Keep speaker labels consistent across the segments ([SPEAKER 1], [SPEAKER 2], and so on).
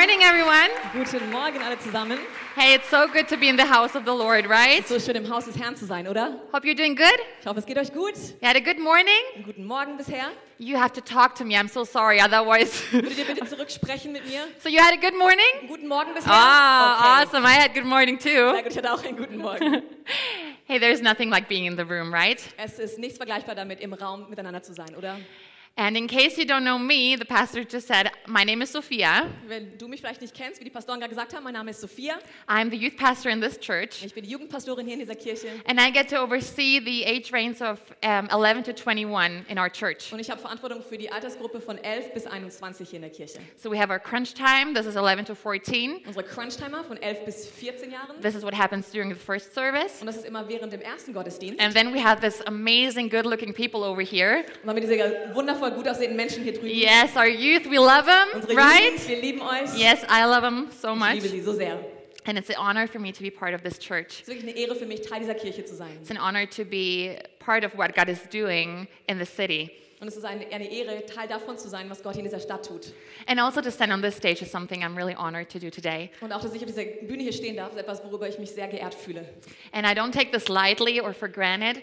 [SPEAKER 1] morning, everyone.
[SPEAKER 2] Guten Morgen alle zusammen.
[SPEAKER 1] Hey, it's so good to be in the house of the Lord, right?
[SPEAKER 2] So schön im Haus des Herrn zu sein, oder?
[SPEAKER 1] Hope you're doing good.
[SPEAKER 2] Ich hoffe, es geht euch gut.
[SPEAKER 1] You had a good morning.
[SPEAKER 2] Einen guten Morgen bisher.
[SPEAKER 1] You have to talk to me. I'm so sorry, otherwise.
[SPEAKER 2] Würdet ihr bitte zurücksprechen mit mir?
[SPEAKER 1] so you had a good morning?
[SPEAKER 2] Einen guten Morgen bisher.
[SPEAKER 1] Ah,
[SPEAKER 2] Okay.
[SPEAKER 1] awesome. I had good morning
[SPEAKER 2] Sehr
[SPEAKER 1] too.
[SPEAKER 2] gut, ich hatte auch einen guten Morgen.
[SPEAKER 1] Hey, there's nothing like being in the room, right?
[SPEAKER 2] Es ist nichts vergleichbar damit, im Raum miteinander zu sein, oder?
[SPEAKER 1] And in case you don't know me, the pastor just said, my name is Sophia.
[SPEAKER 2] Wenn du mich vielleicht nicht kennst, wie die Pastoren gerade gesagt haben, mein Name ist Sophia.
[SPEAKER 1] I'm the youth pastor in this church.
[SPEAKER 2] Ich bin die Jugendpastorin hier in dieser Kirche.
[SPEAKER 1] And I get to oversee the age range of um, 11 to 21 in our church.
[SPEAKER 2] Und ich habe Verantwortung für die Altersgruppe von 11 bis 21 hier in der Kirche.
[SPEAKER 1] So we have our crunch time. This is 11 to 14.
[SPEAKER 2] Unsere Crunchtimer von 11 bis 14 Jahren.
[SPEAKER 1] This is what happens during the first service.
[SPEAKER 2] Und das ist immer während dem ersten Gottesdienst.
[SPEAKER 1] And then we have this amazing, good looking people over here.
[SPEAKER 2] Und dann mit diese wundervoll gut aussehenden Menschen hier drüben.
[SPEAKER 1] Yes, our youth, we love them,
[SPEAKER 2] Unsere
[SPEAKER 1] right?
[SPEAKER 2] Jugend, wir lieben euch.
[SPEAKER 1] Yes, I love them so
[SPEAKER 2] Ich
[SPEAKER 1] much.
[SPEAKER 2] liebe sie so sehr.
[SPEAKER 1] And it's an honor for me to be part of this church.
[SPEAKER 2] Es ist wirklich eine Ehre für mich, Teil dieser Kirche zu sein.
[SPEAKER 1] It's an honor to be part of what God is doing in the city.
[SPEAKER 2] Und es ist eine, eine Ehre, Teil davon zu sein, was Gott hier in dieser Stadt tut.
[SPEAKER 1] And also to stand on this stage is something I'm really honored to do today.
[SPEAKER 2] Und auch, dass ich auf dieser Bühne hier stehen darf, ist etwas, worüber ich mich sehr geehrt fühle.
[SPEAKER 1] And I don't take this lightly or for granted.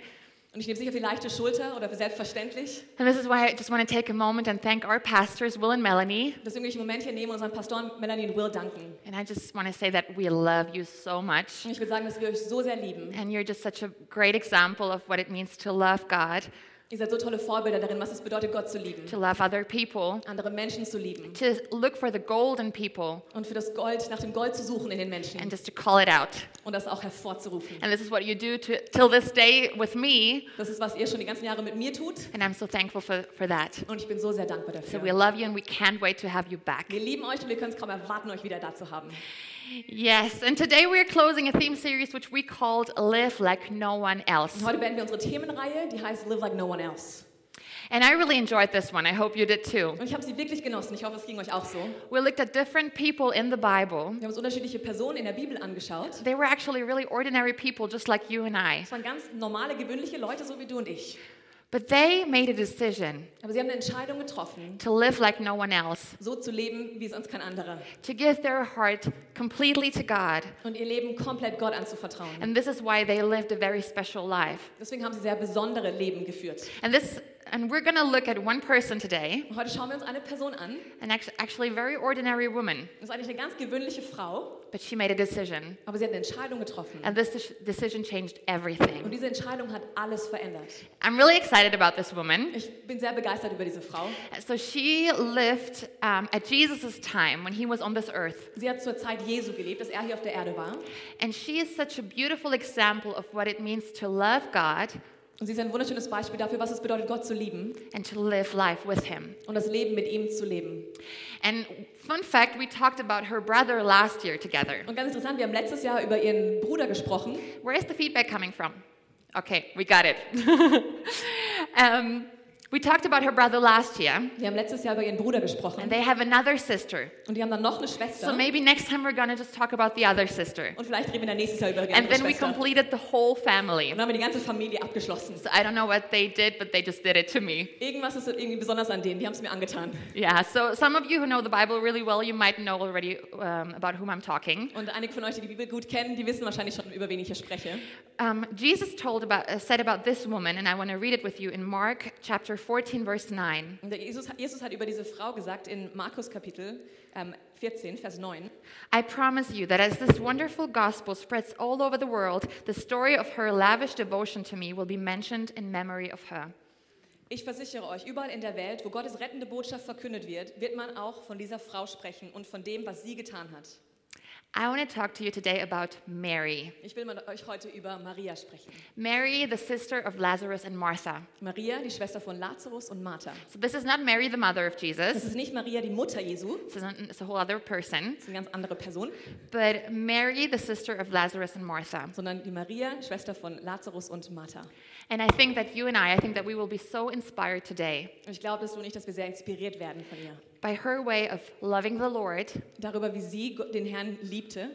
[SPEAKER 2] Und ich nehme es nicht auf die leichte Schulter oder für selbstverständlich.
[SPEAKER 1] And this is why I just want to take a moment and thank our pastors, Will and Melanie.
[SPEAKER 2] Deswegen will ich einen Moment hier nehmen und unseren Pastoren Melanie und Will danken.
[SPEAKER 1] And I just want to say that we love you so much.
[SPEAKER 2] Und ich will sagen, dass wir euch so sehr lieben.
[SPEAKER 1] And you're just such a great example of what it means to love God,
[SPEAKER 2] Ihr seid so tolle Vorbilder darin, was es bedeutet, Gott zu lieben,
[SPEAKER 1] to love other people,
[SPEAKER 2] andere Menschen zu lieben
[SPEAKER 1] to look for the gold in people
[SPEAKER 2] und für das Gold, nach dem Gold zu suchen in den
[SPEAKER 1] and
[SPEAKER 2] Menschen
[SPEAKER 1] just to call it out.
[SPEAKER 2] und das auch hervorzurufen.
[SPEAKER 1] And this is what you do to, till this day with me.
[SPEAKER 2] Das ist, was ihr schon die ganzen Jahre mit mir tut.
[SPEAKER 1] And I'm so thankful for, for that.
[SPEAKER 2] Und ich bin so sehr dankbar
[SPEAKER 1] So
[SPEAKER 2] dafür.
[SPEAKER 1] we love you and we can't wait to have you back.
[SPEAKER 2] Wir lieben euch und wir können es kaum erwarten, euch wieder da zu haben.
[SPEAKER 1] Yes, and today we're closing a theme series which we called Live Like No One Else.
[SPEAKER 2] Und heute beenden wir unsere Themenreihe, die heißt Live Like No One Else.
[SPEAKER 1] And I really enjoyed this one. I hope you did too.
[SPEAKER 2] Und ich habe sie wirklich genossen. Ich hoffe, es ging euch auch so. Wir
[SPEAKER 1] We looked at different people in the Bible.
[SPEAKER 2] haben uns unterschiedliche Personen in der Bibel angeschaut.
[SPEAKER 1] They were actually really ordinary people, just like you and I.
[SPEAKER 2] Es waren ganz normale, gewöhnliche Leute, so wie du und ich.
[SPEAKER 1] But they made a decision
[SPEAKER 2] Aber sie haben eine Entscheidung getroffen,
[SPEAKER 1] to live like no one else,
[SPEAKER 2] so zu leben, wie es uns kein anderer.
[SPEAKER 1] to give their heart completely to God.
[SPEAKER 2] Und ihr Leben komplett Gott anzuvertrauen.
[SPEAKER 1] And this is why they lived a very special life.
[SPEAKER 2] Deswegen haben sie sehr besondere Leben geführt.
[SPEAKER 1] And this and we're going to look at one person today,
[SPEAKER 2] Und heute schauen wir uns eine Person an.
[SPEAKER 1] an act- actually a very ordinary woman,
[SPEAKER 2] Das ist eigentlich eine ganz gewöhnliche Frau,
[SPEAKER 1] but she made a decision.
[SPEAKER 2] aber sie hat eine Entscheidung getroffen.
[SPEAKER 1] And this dec- decision changed
[SPEAKER 2] Und
[SPEAKER 1] everything.
[SPEAKER 2] diese Entscheidung hat alles verändert.
[SPEAKER 1] I'm really excited about this woman.
[SPEAKER 2] Ich bin sehr begeistert über diese Frau.
[SPEAKER 1] So she lived um, at Jesus' time when he was on this earth.
[SPEAKER 2] Sie hat zur Zeit Jesu gelebt, als er hier auf der Erde war.
[SPEAKER 1] And she is such a beautiful example of what it means to love God
[SPEAKER 2] Und sie ist ein wunderschönes Beispiel dafür, was es bedeutet, Gott zu lieben
[SPEAKER 1] and to live life with him.
[SPEAKER 2] und das Leben mit ihm zu leben.
[SPEAKER 1] And fun fact, we talked about her brother last year together.
[SPEAKER 2] Und ganz interessant, wir haben letztes Jahr über ihren Bruder gesprochen.
[SPEAKER 1] Where is the feedback coming from? Okay, we got it. um, we talked about her brother last year,
[SPEAKER 2] Wir haben letztes Jahr über ihren Bruder
[SPEAKER 1] and
[SPEAKER 2] gesprochen.
[SPEAKER 1] they have another sister.
[SPEAKER 2] Und die haben dann noch eine
[SPEAKER 1] So
[SPEAKER 2] Schwester.
[SPEAKER 1] maybe next time we're gonna just talk about the other sister.
[SPEAKER 2] Und vielleicht reden wir dann nächstes Jahr über ihre
[SPEAKER 1] And
[SPEAKER 2] andere
[SPEAKER 1] then we
[SPEAKER 2] Schwester. Und
[SPEAKER 1] completed the whole family.
[SPEAKER 2] dann haben wir die ganze Familie abgeschlossen.
[SPEAKER 1] So I don't know what they did, but they just did it to me.
[SPEAKER 2] Irgendwas ist irgendwie besonders an denen. Die haben es mir angetan.
[SPEAKER 1] Yeah, so some of you who know the Bible really well, you might know already um, about whom I'm talking.
[SPEAKER 2] Und einige von euch, die die Bibel gut kennen, die wissen wahrscheinlich schon, über wen ich hier spreche.
[SPEAKER 1] Um, Jesus told about, uh, said about this woman, and I want to read it with you in Mark chapter 14, verse 9.
[SPEAKER 2] Und der Jesus, Jesus hat über diese Frau gesagt in Markus Kapitel ähm, 14, Vers 9.
[SPEAKER 1] I promise you that as this wonderful gospel spreads all over the world, the story of her lavish devotion to me will be mentioned in memory of her.
[SPEAKER 2] Ich versichere euch, überall in der Welt, wo Gottes rettende Botschaft verkündet wird, wird man auch von dieser Frau sprechen und von dem, was sie getan hat.
[SPEAKER 1] I want to talk to you today about Mary.
[SPEAKER 2] Ich will mit euch heute über Maria sprechen.
[SPEAKER 1] Mary, the sister of Lazarus and Martha.
[SPEAKER 2] Maria, die Schwester von Lazarus und Martha.
[SPEAKER 1] So this is not Mary, the mother of
[SPEAKER 2] Das
[SPEAKER 1] Jesus.
[SPEAKER 2] ist nicht Maria, die Mutter Jesu,
[SPEAKER 1] It's a, it's a whole other person.
[SPEAKER 2] das ist eine ganz andere Person,
[SPEAKER 1] But Mary, the sister of Lazarus and Martha.
[SPEAKER 2] sondern die Maria, Schwester von Lazarus und Martha. Und
[SPEAKER 1] And I think that you and I, I think that we will be so inspired today
[SPEAKER 2] ich glaube, dass du nicht, dass wir sehr inspiriert werden von ihr.
[SPEAKER 1] by her way of loving the Lord,
[SPEAKER 2] Darüber, wie sie Gott- den Herrn liebte,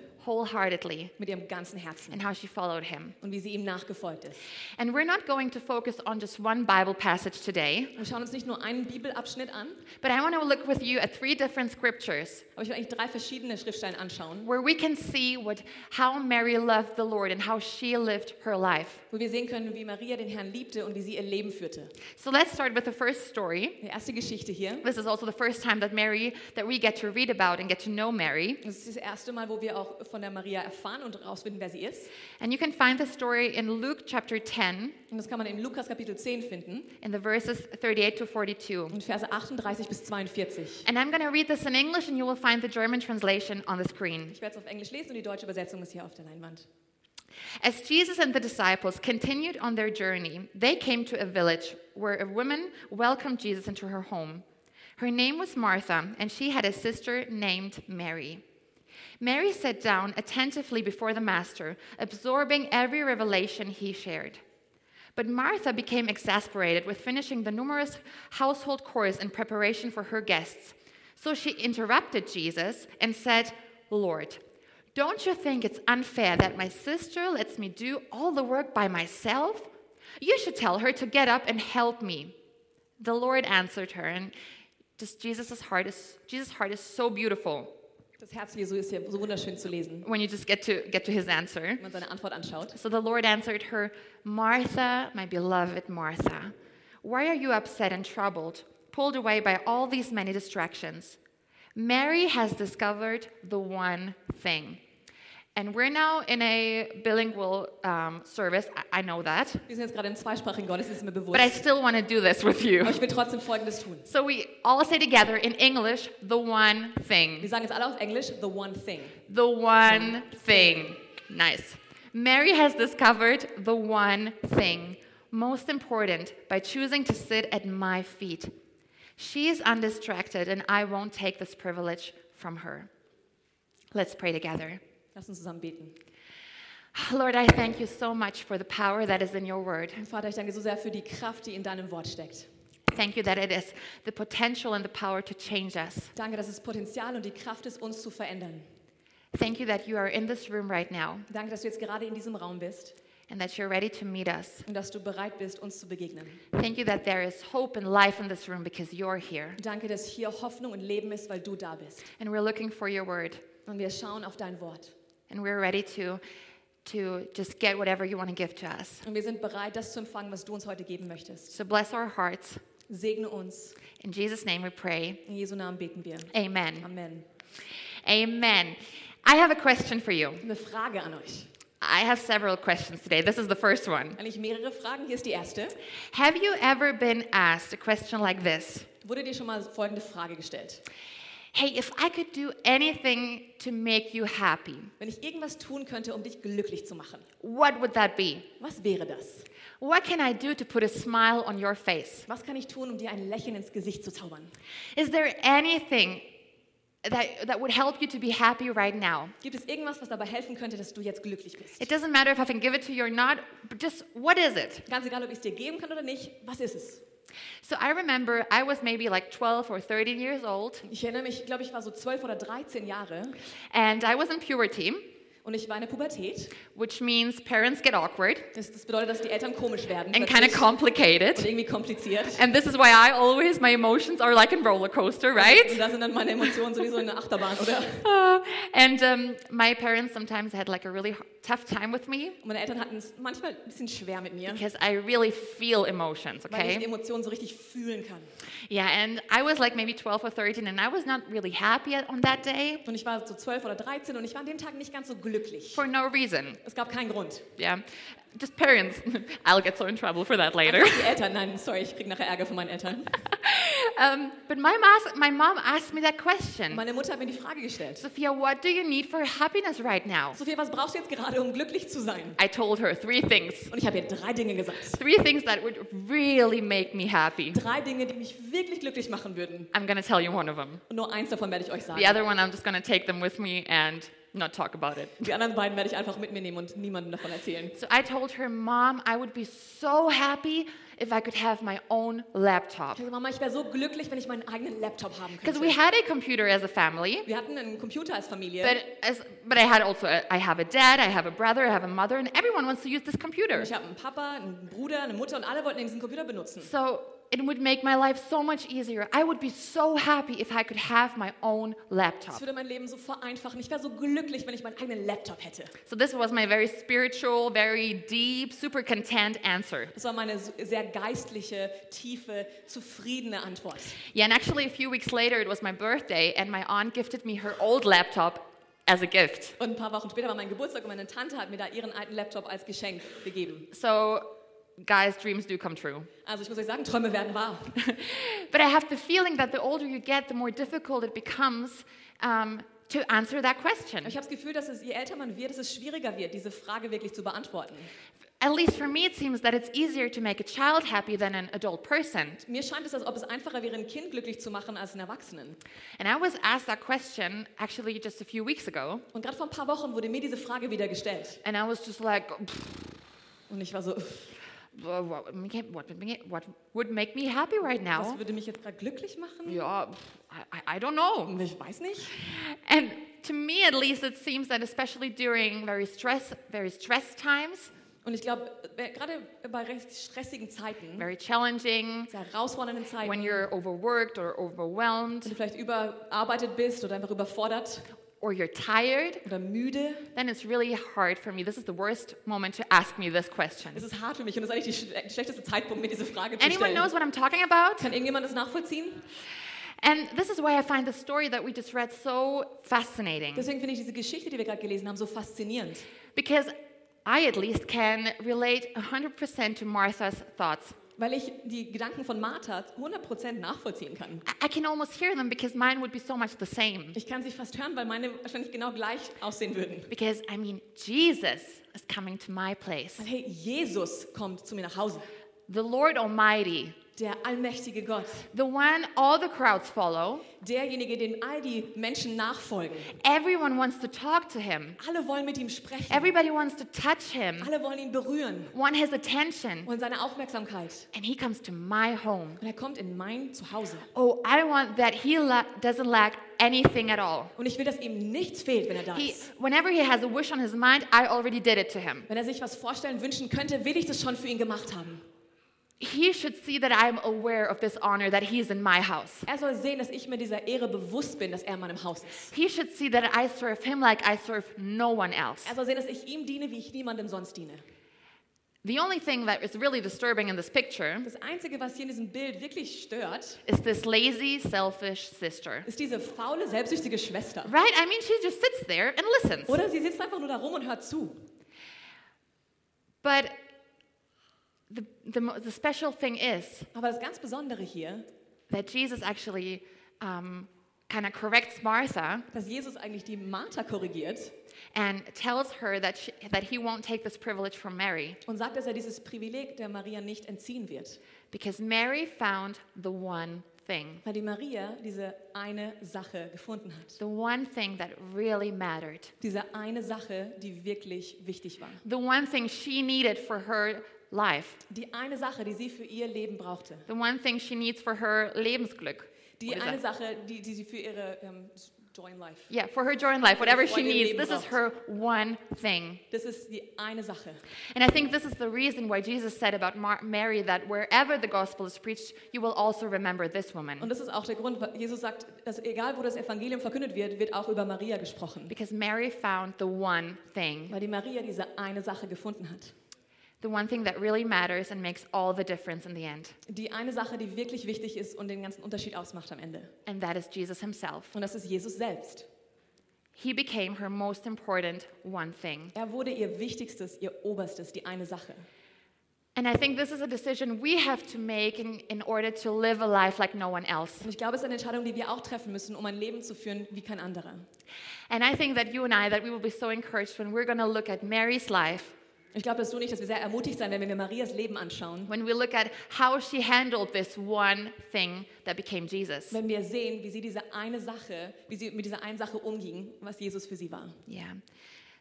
[SPEAKER 1] wholeheartedly
[SPEAKER 2] mit ihrem ganzen Herzen
[SPEAKER 1] and how she followed him.
[SPEAKER 2] und wie sie ihm nachgefolgt ist.
[SPEAKER 1] And we're not going to focus on just one Bible passage today,
[SPEAKER 2] Wir schauen uns nicht nur einen Bibelabschnitt an,
[SPEAKER 1] but I want to look with you at three different scriptures
[SPEAKER 2] aber ich will eigentlich drei verschiedene Schriftstellen anschauen,
[SPEAKER 1] where we can see what, how Mary loved the Lord and how she lived her life.
[SPEAKER 2] wo wir sehen können, wie Maria den Herrn liebte und wie sie ihr Leben führte.
[SPEAKER 1] So let's start with the first story.
[SPEAKER 2] Die erste Geschichte hier,
[SPEAKER 1] This is also the first time that Mary that we get to read about and get to know Mary.
[SPEAKER 2] das ist das erste Mal, wo wir auch von der Maria erfahren und herausfinden, wer sie ist.
[SPEAKER 1] And you can find this story in Luke chapter 10
[SPEAKER 2] Und das kann man in Lukas Kapitel 10 finden,
[SPEAKER 1] in the verses 38 to 42.
[SPEAKER 2] in Verse 38 bis 42.
[SPEAKER 1] And I'm going to read this in English and you will find the German translation on the screen.
[SPEAKER 2] Ich werde es auf Englisch lesen und die deutsche Übersetzung ist hier auf der Leinwand.
[SPEAKER 1] As Jesus and the disciples continued on their journey, they came to a village where a woman welcomed Jesus into her home. Her name was Martha, and she had a sister named Mary. Mary sat down attentively before the Master, absorbing every revelation he shared. But Martha became exasperated with finishing the numerous household chores in preparation for her guests. So she interrupted Jesus and said, Lord, don't you think it's unfair that my sister lets me do all the work by myself? You should tell her to get up and help me. The Lord answered her, and just Jesus' heart is Jesus' heart is so beautiful
[SPEAKER 2] Das Herz Jesu ist hier so wunderschön zu lesen,
[SPEAKER 1] when you just get to get to his answer.
[SPEAKER 2] wenn man seine Antwort anschaut.
[SPEAKER 1] So the Lord answered her, Martha, my beloved Martha, why are you upset and troubled, pulled away by all these many distractions? Mary has discovered the one thing. And we're now in a bilingual um, service, I, I know that,
[SPEAKER 2] Wir sind jetzt gerade im zweisprachigen Gottesdienst, ist mir
[SPEAKER 1] but I
[SPEAKER 2] bewusst.
[SPEAKER 1] still want to do this with
[SPEAKER 2] Aber
[SPEAKER 1] you.
[SPEAKER 2] ich will trotzdem Folgendes tun.
[SPEAKER 1] So we all say together in English, the one
[SPEAKER 2] Wir
[SPEAKER 1] thing.
[SPEAKER 2] sagen jetzt alle auf Englisch the one thing.
[SPEAKER 1] The one thing. Nice. Mary has discovered the one thing, most important, by choosing to sit at my feet. She is undistracted, and I won't take this privilege from her. Let's pray together.
[SPEAKER 2] Lass uns zusammen beten.
[SPEAKER 1] Lord, I thank you so much for the power that is in your word.
[SPEAKER 2] Und Vater, ich danke so sehr für die Kraft, die in deinem Wort steckt.
[SPEAKER 1] Thank you that it is the potential and the power to change us.
[SPEAKER 2] Danke, dass es Potenzial und die Kraft ist, uns zu verändern.
[SPEAKER 1] Thank you that you are in this room right now
[SPEAKER 2] Danke, dass du jetzt gerade in diesem Raum bist
[SPEAKER 1] and that you're ready to meet us.
[SPEAKER 2] und dass du bereit bist, uns zu begegnen.
[SPEAKER 1] Thank you that there is hope and life in this room because you're here.
[SPEAKER 2] Danke, dass hier Hoffnung und Leben ist, weil du da bist.
[SPEAKER 1] and we're looking for your word
[SPEAKER 2] Und wir schauen auf dein Wort.
[SPEAKER 1] and we're ready to to just get whatever you want to give to us
[SPEAKER 2] Und wir sind bereit, das zu empfangen, was du uns heute geben möchtest.
[SPEAKER 1] so bless our hearts
[SPEAKER 2] Segne uns.
[SPEAKER 1] in jesus name we pray
[SPEAKER 2] In Jesu Namen beten wir.
[SPEAKER 1] amen
[SPEAKER 2] Amen.
[SPEAKER 1] amen i have a question for you
[SPEAKER 2] Eine Frage an euch.
[SPEAKER 1] i have several questions today this is the first one
[SPEAKER 2] Eigentlich mehrere Fragen. Hier ist die erste.
[SPEAKER 1] have you ever been asked a question like this
[SPEAKER 2] Wurde dir schon mal folgende Frage gestellt?
[SPEAKER 1] hey if i could do anything to make you happy
[SPEAKER 2] Wenn ich irgendwas tun könnte, um dich glücklich zu machen,
[SPEAKER 1] what would that be
[SPEAKER 2] was wäre das?
[SPEAKER 1] what can i do to put a smile on your face
[SPEAKER 2] Was kann ich tun, um dir ein Lächeln ins Gesicht zu zaubern?
[SPEAKER 1] is there anything that, that would help you to be happy right now
[SPEAKER 2] Gibt es irgendwas, was dabei helfen könnte, dass du jetzt glücklich bist?
[SPEAKER 1] It doesn't matter if I can give it to you or not, but just what is it?
[SPEAKER 2] Ganz egal, ob ich es dir geben kann oder nicht, was ist es?
[SPEAKER 1] So I remember I was maybe like 12 or 13 years old,
[SPEAKER 2] Ich erinnere mich, ich glaube, ich war so 12 oder 13 Jahre
[SPEAKER 1] and I was in puberty,
[SPEAKER 2] und ich war in der Pubertät.
[SPEAKER 1] which means parents get awkward
[SPEAKER 2] Das, das bedeutet, dass die Eltern komisch werden.
[SPEAKER 1] and kind of
[SPEAKER 2] plötzlich und
[SPEAKER 1] complicated.
[SPEAKER 2] irgendwie kompliziert.
[SPEAKER 1] And this is why I always, my emotions are like in roller coaster,
[SPEAKER 2] Und
[SPEAKER 1] right?
[SPEAKER 2] da sind dann meine Emotionen sowieso in der Achterbahn, oder?
[SPEAKER 1] Uh, and um, my parents sometimes had like a really h- tough time with me
[SPEAKER 2] Und meine Eltern hatten es manchmal ein bisschen schwer mit mir,
[SPEAKER 1] because I really feel emotions,
[SPEAKER 2] weil ich die
[SPEAKER 1] okay?
[SPEAKER 2] Emotionen so richtig fühlen kann.
[SPEAKER 1] Yeah, and I was like maybe 12 or 13, and I was not really happy on that day
[SPEAKER 2] Und ich war so 12 oder 13 und ich war an dem Tag nicht ganz so glücklich.
[SPEAKER 1] for no reason.
[SPEAKER 2] Es gab keinen Grund.
[SPEAKER 1] Yeah. Just parents. I'll get so in trouble for that later.
[SPEAKER 2] Die Eltern, nein, sorry, ich krieg nachher Ärger von meinen Eltern.
[SPEAKER 1] Um, but my, mas- my mom asked me that question
[SPEAKER 2] Meine Mutter hat mir die Frage gestellt.
[SPEAKER 1] Sophia, what do you need for happiness right now?
[SPEAKER 2] Sophia, was brauchst du jetzt gerade, um glücklich zu sein?
[SPEAKER 1] I told her three things.
[SPEAKER 2] Und ich habe ihr drei Dinge gesagt.
[SPEAKER 1] Three things that would really make me happy.
[SPEAKER 2] Drei Dinge, die mich wirklich glücklich machen würden.
[SPEAKER 1] I'm going to tell you one of them.
[SPEAKER 2] Und nur eins davon werde ich euch sagen.
[SPEAKER 1] The other one, I'm just going to take them with me and not talk about it.
[SPEAKER 2] Die anderen beiden werde ich einfach mit mir nehmen und niemandem davon erzählen.
[SPEAKER 1] So I told her, Mom, I would be so happy if I could have my own laptop.
[SPEAKER 2] Also Mama, ich wäre so glücklich, wenn ich meinen eigenen Laptop haben
[SPEAKER 1] Because
[SPEAKER 2] könnte.
[SPEAKER 1] we had a computer as a family,
[SPEAKER 2] Wir hatten einen Computer als Familie.
[SPEAKER 1] but, as, but I had also, a, I have a dad, I have a brother, I have a mother, and everyone wants to use this computer.
[SPEAKER 2] ich habe einen Papa, einen Bruder, eine Mutter und alle wollten diesen Computer benutzen.
[SPEAKER 1] So it would make my life so much easier. I would be so happy if I could have my own
[SPEAKER 2] Das
[SPEAKER 1] laptop.
[SPEAKER 2] würde mein Leben so vereinfachen. Ich wäre so glücklich, wenn ich meinen eigenen Laptop hätte.
[SPEAKER 1] So this was my very spiritual, very deep, super content answer.
[SPEAKER 2] Das war meine s- sehr geistliche, tiefe, zufriedene Antwort.
[SPEAKER 1] Yeah, and actually, a few weeks later, it was my birthday, and my aunt gifted me her old laptop as a gift.
[SPEAKER 2] Und ein paar Wochen später war mein Geburtstag und meine Tante hat mir da ihren alten Laptop als Geschenk gegeben.
[SPEAKER 1] So, guys, dreams do come true.
[SPEAKER 2] Also ich muss euch sagen, Träume werden wahr.
[SPEAKER 1] But I have the feeling that the older you get, the more difficult it becomes um, to answer that
[SPEAKER 2] Aber
[SPEAKER 1] question.
[SPEAKER 2] ich habe das Gefühl, dass es, je älter man wird, dass es schwieriger wird, diese Frage wirklich zu beantworten.
[SPEAKER 1] At least for me, it seems that it's easier to make a child happy than an adult person.
[SPEAKER 2] Mir scheint es, als ob es einfacher wäre, ein Kind glücklich zu machen als einen Erwachsenen.
[SPEAKER 1] And I was asked that question actually just a few weeks ago,
[SPEAKER 2] Und gerade vor ein paar Wochen wurde mir diese Frage wieder gestellt.
[SPEAKER 1] and I was just like,
[SPEAKER 2] Und ich war so, "Pff,
[SPEAKER 1] "Well, what, what would make- what would make me happy right
[SPEAKER 2] was
[SPEAKER 1] now?
[SPEAKER 2] würde mich jetzt gerade glücklich machen?
[SPEAKER 1] Yeah, I, I- I don't know.
[SPEAKER 2] Ich weiß nicht.
[SPEAKER 1] And to me, at least, it seems that especially during very stress, very stress times,
[SPEAKER 2] Und ich glaube, äh, gerade bei recht stressigen Zeiten,
[SPEAKER 1] very challenging,
[SPEAKER 2] sehr herausfordernden Zeiten,
[SPEAKER 1] when you're overworked or
[SPEAKER 2] wenn
[SPEAKER 1] overwhelmed,
[SPEAKER 2] du vielleicht überarbeitet bist oder einfach überfordert
[SPEAKER 1] or you're tired,
[SPEAKER 2] oder müde,
[SPEAKER 1] then it's really hard for me. This is the worst moment to ask me this
[SPEAKER 2] es
[SPEAKER 1] question.
[SPEAKER 2] ist hart für mich und es ist eigentlich der schlechteste Zeitpunkt, mir diese Frage zu
[SPEAKER 1] Anyone
[SPEAKER 2] stellen.
[SPEAKER 1] knows what I'm talking about?
[SPEAKER 2] Kann irgendjemand das nachvollziehen?
[SPEAKER 1] And this is why I find the story that we just read so fascinating.
[SPEAKER 2] Deswegen finde ich diese Geschichte, die wir gerade gelesen haben, so faszinierend.
[SPEAKER 1] Because I, at least, can relate 100% to Martha's thoughts.
[SPEAKER 2] Weil ich die Gedanken von Martha 100% nachvollziehen kann.
[SPEAKER 1] I- I can almost hear them because mine would be so much the same.
[SPEAKER 2] Ich kann sie fast hören, weil meine wahrscheinlich genau gleich aussehen würden.
[SPEAKER 1] Because, I mean, Jesus is coming to my place.
[SPEAKER 2] Weil, hey, Jesus kommt zu mir nach Hause.
[SPEAKER 1] The Lord Almighty,
[SPEAKER 2] Der allmächtige Gott.
[SPEAKER 1] the one all the crowds follow,
[SPEAKER 2] Derjenige, dem all die Menschen nachfolgen.
[SPEAKER 1] everyone wants to talk to him.
[SPEAKER 2] Alle wollen mit ihm sprechen.
[SPEAKER 1] Everybody wants to touch him,
[SPEAKER 2] Alle wollen ihn berühren
[SPEAKER 1] want his attention.
[SPEAKER 2] und seine Aufmerksamkeit.
[SPEAKER 1] And he comes to my home.
[SPEAKER 2] Und er kommt in mein Zuhause.
[SPEAKER 1] Oh, I want that he la- doesn't lack anything at all.
[SPEAKER 2] Und ich will, dass ihm nichts fehlt, wenn er da
[SPEAKER 1] He,
[SPEAKER 2] ist.
[SPEAKER 1] whenever he has a wish on his mind, I already did it to him.
[SPEAKER 2] Wenn er sich was vorstellen, wünschen könnte, will ich das schon für ihn gemacht haben.
[SPEAKER 1] He should see that I'm aware of this honor that he's in my house.
[SPEAKER 2] Er soll sehen, dass ich mir dieser Ehre bewusst bin, dass er in meinem Haus ist.
[SPEAKER 1] He should see that I serve him like I serve no one else.
[SPEAKER 2] Er soll sehen, dass ich ihm diene, wie ich niemandem sonst diene.
[SPEAKER 1] The only thing that is really disturbing in this picture
[SPEAKER 2] Das Einzige, was hier in diesem Bild wirklich stört,
[SPEAKER 1] is this lazy, selfish sister.
[SPEAKER 2] ist diese faule, selbstsüchtige Schwester.
[SPEAKER 1] Right? I mean, she just sits there and listens.
[SPEAKER 2] Oder sie sitzt einfach nur da rum und hört zu.
[SPEAKER 1] But the, the, mo- the special thing is
[SPEAKER 2] Aber das ganz Besondere hier,
[SPEAKER 1] that Jesus actually um, kind of corrects Martha
[SPEAKER 2] dass Jesus eigentlich die Martha korrigiert
[SPEAKER 1] and tells her that, she, that he won't take this privilege from Mary
[SPEAKER 2] und sagt, dass er dieses Privileg der Maria nicht entziehen wird.
[SPEAKER 1] because Mary found the one thing,
[SPEAKER 2] Weil die Maria diese eine Sache gefunden hat.
[SPEAKER 1] the one thing that really mattered,
[SPEAKER 2] Diese eine Sache, die wirklich wichtig war.
[SPEAKER 1] the one thing she needed for her life,
[SPEAKER 2] Die eine Sache, die sie für ihr Leben brauchte.
[SPEAKER 1] the one thing she needs for her Lebensglück.
[SPEAKER 2] Die
[SPEAKER 1] What is
[SPEAKER 2] eine
[SPEAKER 1] that?
[SPEAKER 2] Sache, die, die sie für ihre ähm, Joy in Life.
[SPEAKER 1] Yeah, for her joy in life, whatever
[SPEAKER 2] What
[SPEAKER 1] she
[SPEAKER 2] ihr
[SPEAKER 1] needs,
[SPEAKER 2] Leben
[SPEAKER 1] this is
[SPEAKER 2] braucht.
[SPEAKER 1] her one thing.
[SPEAKER 2] Das ist die eine Sache.
[SPEAKER 1] And I think this is the reason why Jesus said about Mar- Mary that wherever the gospel is preached, you will also remember this
[SPEAKER 2] Und
[SPEAKER 1] woman.
[SPEAKER 2] das ist auch der Grund, weil Jesus sagt, dass egal wo das Evangelium verkündet wird, wird auch über Maria gesprochen.
[SPEAKER 1] Because Mary found the one thing,
[SPEAKER 2] Weil die Maria diese eine Sache gefunden hat.
[SPEAKER 1] the one thing that really matters and makes all the difference in the end.
[SPEAKER 2] Die eine Sache, die wirklich wichtig ist und den ganzen Unterschied ausmacht am Ende.
[SPEAKER 1] And that is Jesus himself.
[SPEAKER 2] Und das ist Jesus selbst.
[SPEAKER 1] He became her most important one thing.
[SPEAKER 2] Er wurde ihr Wichtigstes, ihr Oberstes, die eine Sache.
[SPEAKER 1] And I think this is a decision we have to make in, in order to live a life like no one else.
[SPEAKER 2] Und ich glaube, es ist eine Entscheidung, die wir auch treffen müssen, um ein Leben zu führen wie kein anderer.
[SPEAKER 1] And I think that you and I, that we will be so encouraged when we're going to look at Mary's life
[SPEAKER 2] Ich glaube, dass du nicht, dass wir sehr ermutigt sein werden, wenn wir Marias Leben anschauen.
[SPEAKER 1] when we look at how she handled this one thing that became Jesus.
[SPEAKER 2] Wenn wir sehen, wie sie diese eine Sache, wie sie mit dieser einen Sache umging, was Jesus für sie war.
[SPEAKER 1] Yeah.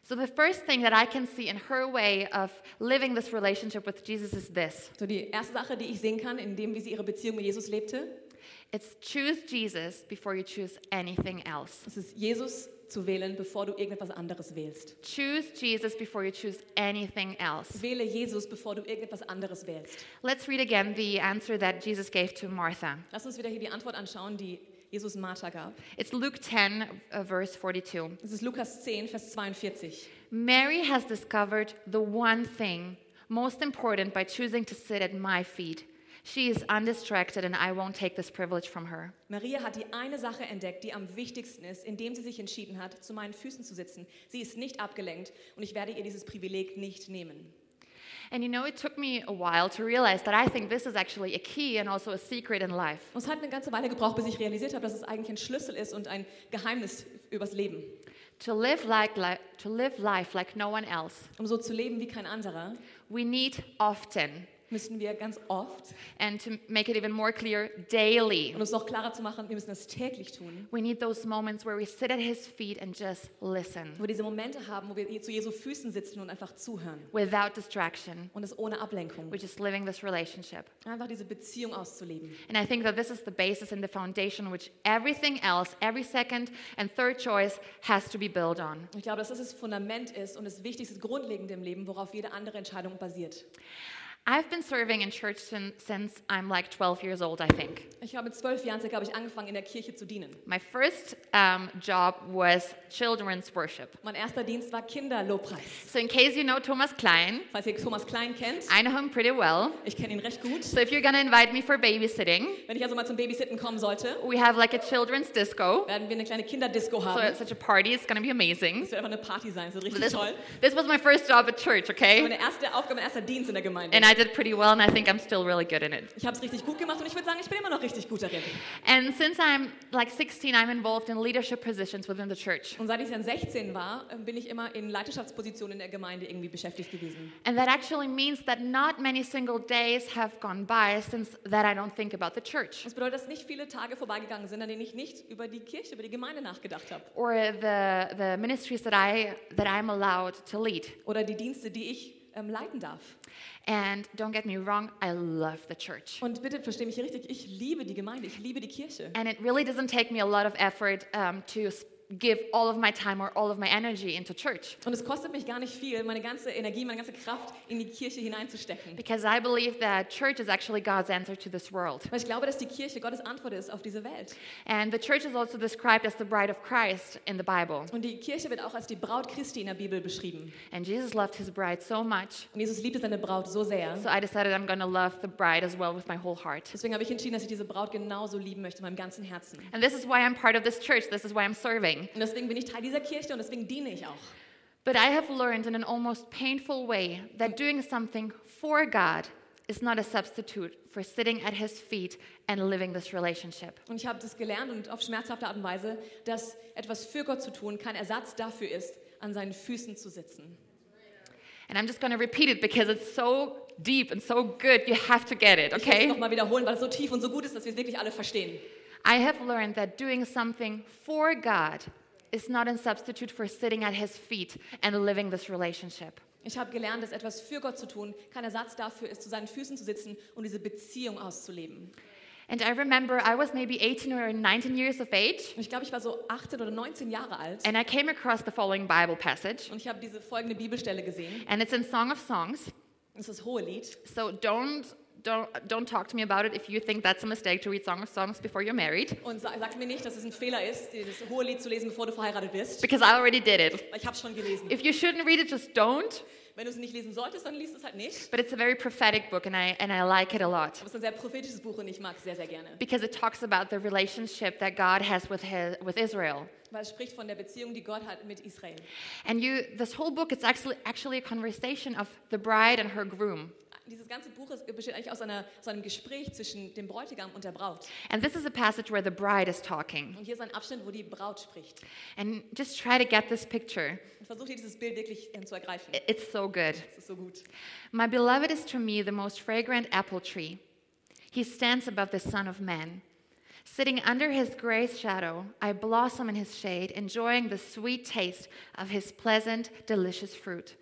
[SPEAKER 1] So the first thing that I can see in her way of living this relationship with Jesus is this.
[SPEAKER 2] So die erste Sache, die ich sehen kann, in dem, wie sie ihre Beziehung mit Jesus lebte,
[SPEAKER 1] It's choose Jesus before you choose anything else.
[SPEAKER 2] es ist Jesus zu wählen, bevor du irgendetwas anderes wählst.
[SPEAKER 1] Choose Jesus before you choose anything else.
[SPEAKER 2] Wähle Jesus, bevor du irgendetwas anderes wählst.
[SPEAKER 1] Let's read again the answer that Jesus gave to Martha.
[SPEAKER 2] Lass uns wieder hier die Antwort anschauen, die Jesus Martha gab.
[SPEAKER 1] It's Luke 10, uh, verse 42.
[SPEAKER 2] Es ist Lukas 10, Vers 42.
[SPEAKER 1] Mary has discovered the one thing most important by choosing to sit at my feet. She is undistracted, and I won't take this privilege from her.
[SPEAKER 2] Maria hat die eine Sache entdeckt, die am wichtigsten ist, indem sie sich entschieden hat, zu meinen Füßen zu sitzen. Sie ist nicht abgelenkt und ich werde ihr dieses Privileg nicht nehmen.
[SPEAKER 1] And you know, it took me a while to realize that I think this is actually a key and also a secret in life.
[SPEAKER 2] Und es hat eine ganze Weile gebraucht, bis ich realisiert habe, dass es eigentlich ein Schlüssel ist und ein Geheimnis übers Leben.
[SPEAKER 1] To live, like, li- to live life like no one else,
[SPEAKER 2] Um so zu leben wie kein anderer,
[SPEAKER 1] we need often,
[SPEAKER 2] müssen wir ganz oft,
[SPEAKER 1] and to make it even more clear, daily.
[SPEAKER 2] um es noch klarer zu machen, wir müssen das täglich tun,
[SPEAKER 1] We need those moments where we sit at his feet and just
[SPEAKER 2] wo
[SPEAKER 1] listen
[SPEAKER 2] wir diese Momente haben, wo wir zu Jesu Füßen sitzen und einfach zuhören.
[SPEAKER 1] without distraction.
[SPEAKER 2] Und es ohne Ablenkung.
[SPEAKER 1] We're just living this relationship.
[SPEAKER 2] Einfach diese Beziehung auszuleben.
[SPEAKER 1] And I think that this is the basis and the foundation which everything else, every second and third choice has to be built on.
[SPEAKER 2] Ich glaube, dass das das Fundament ist und das Wichtigste, das Grundlegende im Leben, worauf jede andere Entscheidung basiert.
[SPEAKER 1] I've been serving in church sin- since I'm like 12 years old, I think.
[SPEAKER 2] Ich habe mit zwölf Jahren circa habe ich angefangen, in der Kirche zu dienen.
[SPEAKER 1] My first um, job was children's worship.
[SPEAKER 2] Mein erster Dienst war Kinderlobpreis.
[SPEAKER 1] So, in case you know Thomas Klein,
[SPEAKER 2] Falls ihr Thomas Klein kennt,
[SPEAKER 1] I know him pretty well.
[SPEAKER 2] ich kenne ihn recht gut.
[SPEAKER 1] So, if you're gonna invite me for babysitting,
[SPEAKER 2] Wenn ich also mal zum Babysitten kommen sollte,
[SPEAKER 1] we have like a children's disco.
[SPEAKER 2] werden wir eine kleine Kinderdisco
[SPEAKER 1] So,
[SPEAKER 2] haben.
[SPEAKER 1] it's such a party, it's gonna be amazing.
[SPEAKER 2] Es wird einfach eine Party sein, es wird
[SPEAKER 1] But this,
[SPEAKER 2] richtig toll.
[SPEAKER 1] this was my first job at church, okay?
[SPEAKER 2] Meine erste Aufgabe, mein erster Dienst in der Gemeinde.
[SPEAKER 1] And I did pretty well, and I think I'm still really good in it.
[SPEAKER 2] Ich habe es richtig gut gemacht und ich würde sagen, ich bin immer noch richtig gut darin.
[SPEAKER 1] And since I'm like 16, I'm involved in leadership positions within the church.
[SPEAKER 2] Und seit ich dann 16 war, äh, bin ich immer in Leiterschaftspositionen in der Gemeinde irgendwie beschäftigt gewesen.
[SPEAKER 1] And that actually means that not many single days have gone by since that I don't think about the church
[SPEAKER 2] Das bedeutet, dass nicht viele Tage vorbeigegangen sind, an denen ich nicht über die Kirche, über die Gemeinde nachgedacht habe.
[SPEAKER 1] or the, the ministries that, I, that I'm allowed to lead.
[SPEAKER 2] Oder die Dienste, die ich ähm, leiten darf.
[SPEAKER 1] And don't get me wrong, I love the church.
[SPEAKER 2] Und bitte verstehe mich hier richtig, ich liebe die Gemeinde, ich liebe die Kirche.
[SPEAKER 1] And it really doesn't take me a lot of effort um, to s- give all of my time or all of my energy into church
[SPEAKER 2] Und es kostet mich gar nicht viel, meine ganze Energie, meine ganze Kraft in die Kirche hineinzustecken.
[SPEAKER 1] because I believe that church is actually God's answer to this world.
[SPEAKER 2] Weil ich glaube, dass die Kirche Gottes Antwort ist auf diese Welt.
[SPEAKER 1] And the church is also described as the bride of Christ in the Bible.
[SPEAKER 2] Und die Kirche wird auch als die Braut Christi in der Bibel beschrieben.
[SPEAKER 1] And Jesus loved his bride so much.
[SPEAKER 2] Und Jesus liebte seine Braut so sehr.
[SPEAKER 1] So I decided I'm going to love the bride as well with my whole heart.
[SPEAKER 2] Deswegen habe ich entschieden, dass ich diese Braut genauso lieben möchte, in meinem ganzen Herzen.
[SPEAKER 1] And this is why I'm part of this church. This is why I'm serving.
[SPEAKER 2] Und deswegen bin ich Teil dieser Kirche und deswegen diene ich auch.
[SPEAKER 1] But I have learned in an almost painful way that doing something for God is not a substitute for sitting at his feet and living this relationship.
[SPEAKER 2] Und ich habe das gelernt und auf schmerzhafte Art und Weise, dass etwas für Gott zu tun kein Ersatz dafür ist, an seinen Füßen zu sitzen.
[SPEAKER 1] And I'm just going to repeat it because it's so deep and so good. You have to get it,
[SPEAKER 2] Ich will es
[SPEAKER 1] okay?
[SPEAKER 2] nochmal wiederholen, weil es so tief und so gut ist, dass wir es wirklich alle verstehen.
[SPEAKER 1] I have learned that doing something for God is not a substitute for sitting at his feet and living this relationship.
[SPEAKER 2] Ich habe gelernt, dass etwas für Gott zu tun kein Ersatz dafür ist, zu seinen Füßen zu sitzen und diese Beziehung auszuleben.
[SPEAKER 1] And I remember I was maybe 18 or 19 years of age,
[SPEAKER 2] Und ich glaube, ich war so 18 oder 19 Jahre alt
[SPEAKER 1] and I came across the following Bible passage,
[SPEAKER 2] und ich habe diese folgende Bibelstelle gesehen.
[SPEAKER 1] and it's in Song of Songs.
[SPEAKER 2] Das ist das Hohelied.
[SPEAKER 1] So don't don't don't talk to me about it if you think that's a mistake to read Song of Songs before you're married,
[SPEAKER 2] Und sa- sag mir nicht, dass es ein Fehler ist, das Hohelied zu lesen, bevor du verheiratet bist.
[SPEAKER 1] because I already did it.
[SPEAKER 2] Ich habe es schon gelesen.
[SPEAKER 1] If you shouldn't read it, just don't.
[SPEAKER 2] Wenn du es nicht lesen solltest, dann liest es halt nicht.
[SPEAKER 1] But it's a very prophetic book, and I and I like it a lot
[SPEAKER 2] Aber es ist ein sehr prophetisches Buch und ich mag es sehr, sehr gerne.
[SPEAKER 1] because it talks about the relationship that God has with his, with Israel.
[SPEAKER 2] Weil es spricht von der Beziehung, die Gott hat mit Israel.
[SPEAKER 1] And you, this whole book, it's actually actually a conversation of the bride and her groom.
[SPEAKER 2] dieses ganze Buch ist, besteht eigentlich aus, einer, aus einem Gespräch zwischen dem Bräutigam und der Braut.
[SPEAKER 1] And this is a passage where the bride is talking.
[SPEAKER 2] Und hier ist ein Abschnitt, wo die Braut spricht.
[SPEAKER 1] And just try to get this picture.
[SPEAKER 2] Und versucht ihr dieses Bild wirklich ähm, zu ergreifen.
[SPEAKER 1] I- It's so good.
[SPEAKER 2] Das ist so gut.
[SPEAKER 1] My beloved is to me the most fragrant apple tree. He stands above the Son of Man. Sitting under his grace shadow, I blossom in his shade, enjoying the sweet taste of his pleasant, delicious fruit,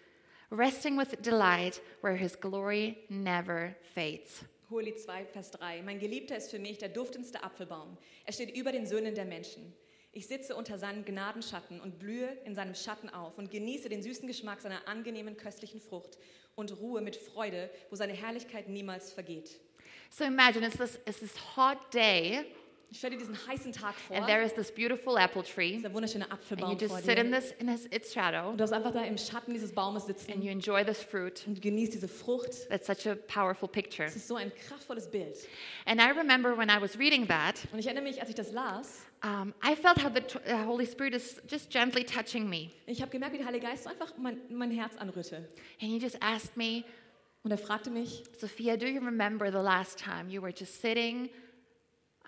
[SPEAKER 1] resting with delight where his glory never fades.
[SPEAKER 2] Hohelied 2, Vers 3. Mein Geliebter ist für mich der duftendste Apfelbaum. Er steht über den Söhnen der Menschen. Ich sitze unter seinem Gnadenschatten und blühe in seinem Schatten auf und genieße den süßen Geschmack seiner angenehmen, köstlichen Frucht und ruhe mit Freude, wo seine Herrlichkeit niemals vergeht.
[SPEAKER 1] So imagine it's this, it's this hot day,
[SPEAKER 2] Ich stelle dir diesen heißen Tag vor.
[SPEAKER 1] and there is this beautiful apple tree,
[SPEAKER 2] dieser wunderschöne
[SPEAKER 1] and you
[SPEAKER 2] Apfelbaum vor
[SPEAKER 1] just sit in,
[SPEAKER 2] dir.
[SPEAKER 1] this, in his, its shadow,
[SPEAKER 2] Und du hast einfach da im Schatten dieses Baumes
[SPEAKER 1] and
[SPEAKER 2] sitzen
[SPEAKER 1] you enjoy this fruit.
[SPEAKER 2] und genießt diese Frucht.
[SPEAKER 1] That's such a powerful picture.
[SPEAKER 2] Es ist so ein kraftvolles Bild.
[SPEAKER 1] And I remember when I was reading that,
[SPEAKER 2] Und ich erinnere mich, als ich das las,
[SPEAKER 1] um, I felt how the t- uh, Holy Spirit is just gently touching me.
[SPEAKER 2] ich habe gemerkt, wie der Heilige Geist so einfach mein, mein Herz anrührte.
[SPEAKER 1] And he just asked me,
[SPEAKER 2] Und er fragte mich,
[SPEAKER 1] Sophia, do you remember the last time you were just sitting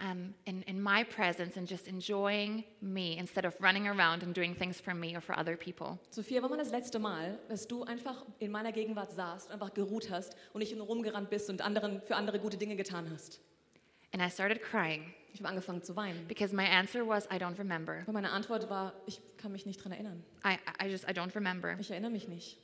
[SPEAKER 1] um, in, in my presence and just enjoying me instead of running around and doing things for me or for other people?
[SPEAKER 2] Sophia, wann war das letzte Mal, dass du einfach in meiner Gegenwart saßt, einfach geruht hast und nicht nur rumgerannt bist und anderen, für andere gute Dinge getan hast?
[SPEAKER 1] And I started crying
[SPEAKER 2] Ich habe angefangen zu weinen.
[SPEAKER 1] because my answer was, I don't remember.
[SPEAKER 2] Aber meine Antwort war, ich kann mich nicht daran erinnern.
[SPEAKER 1] I, I just, I don't remember.
[SPEAKER 2] Ich erinnere mich nicht.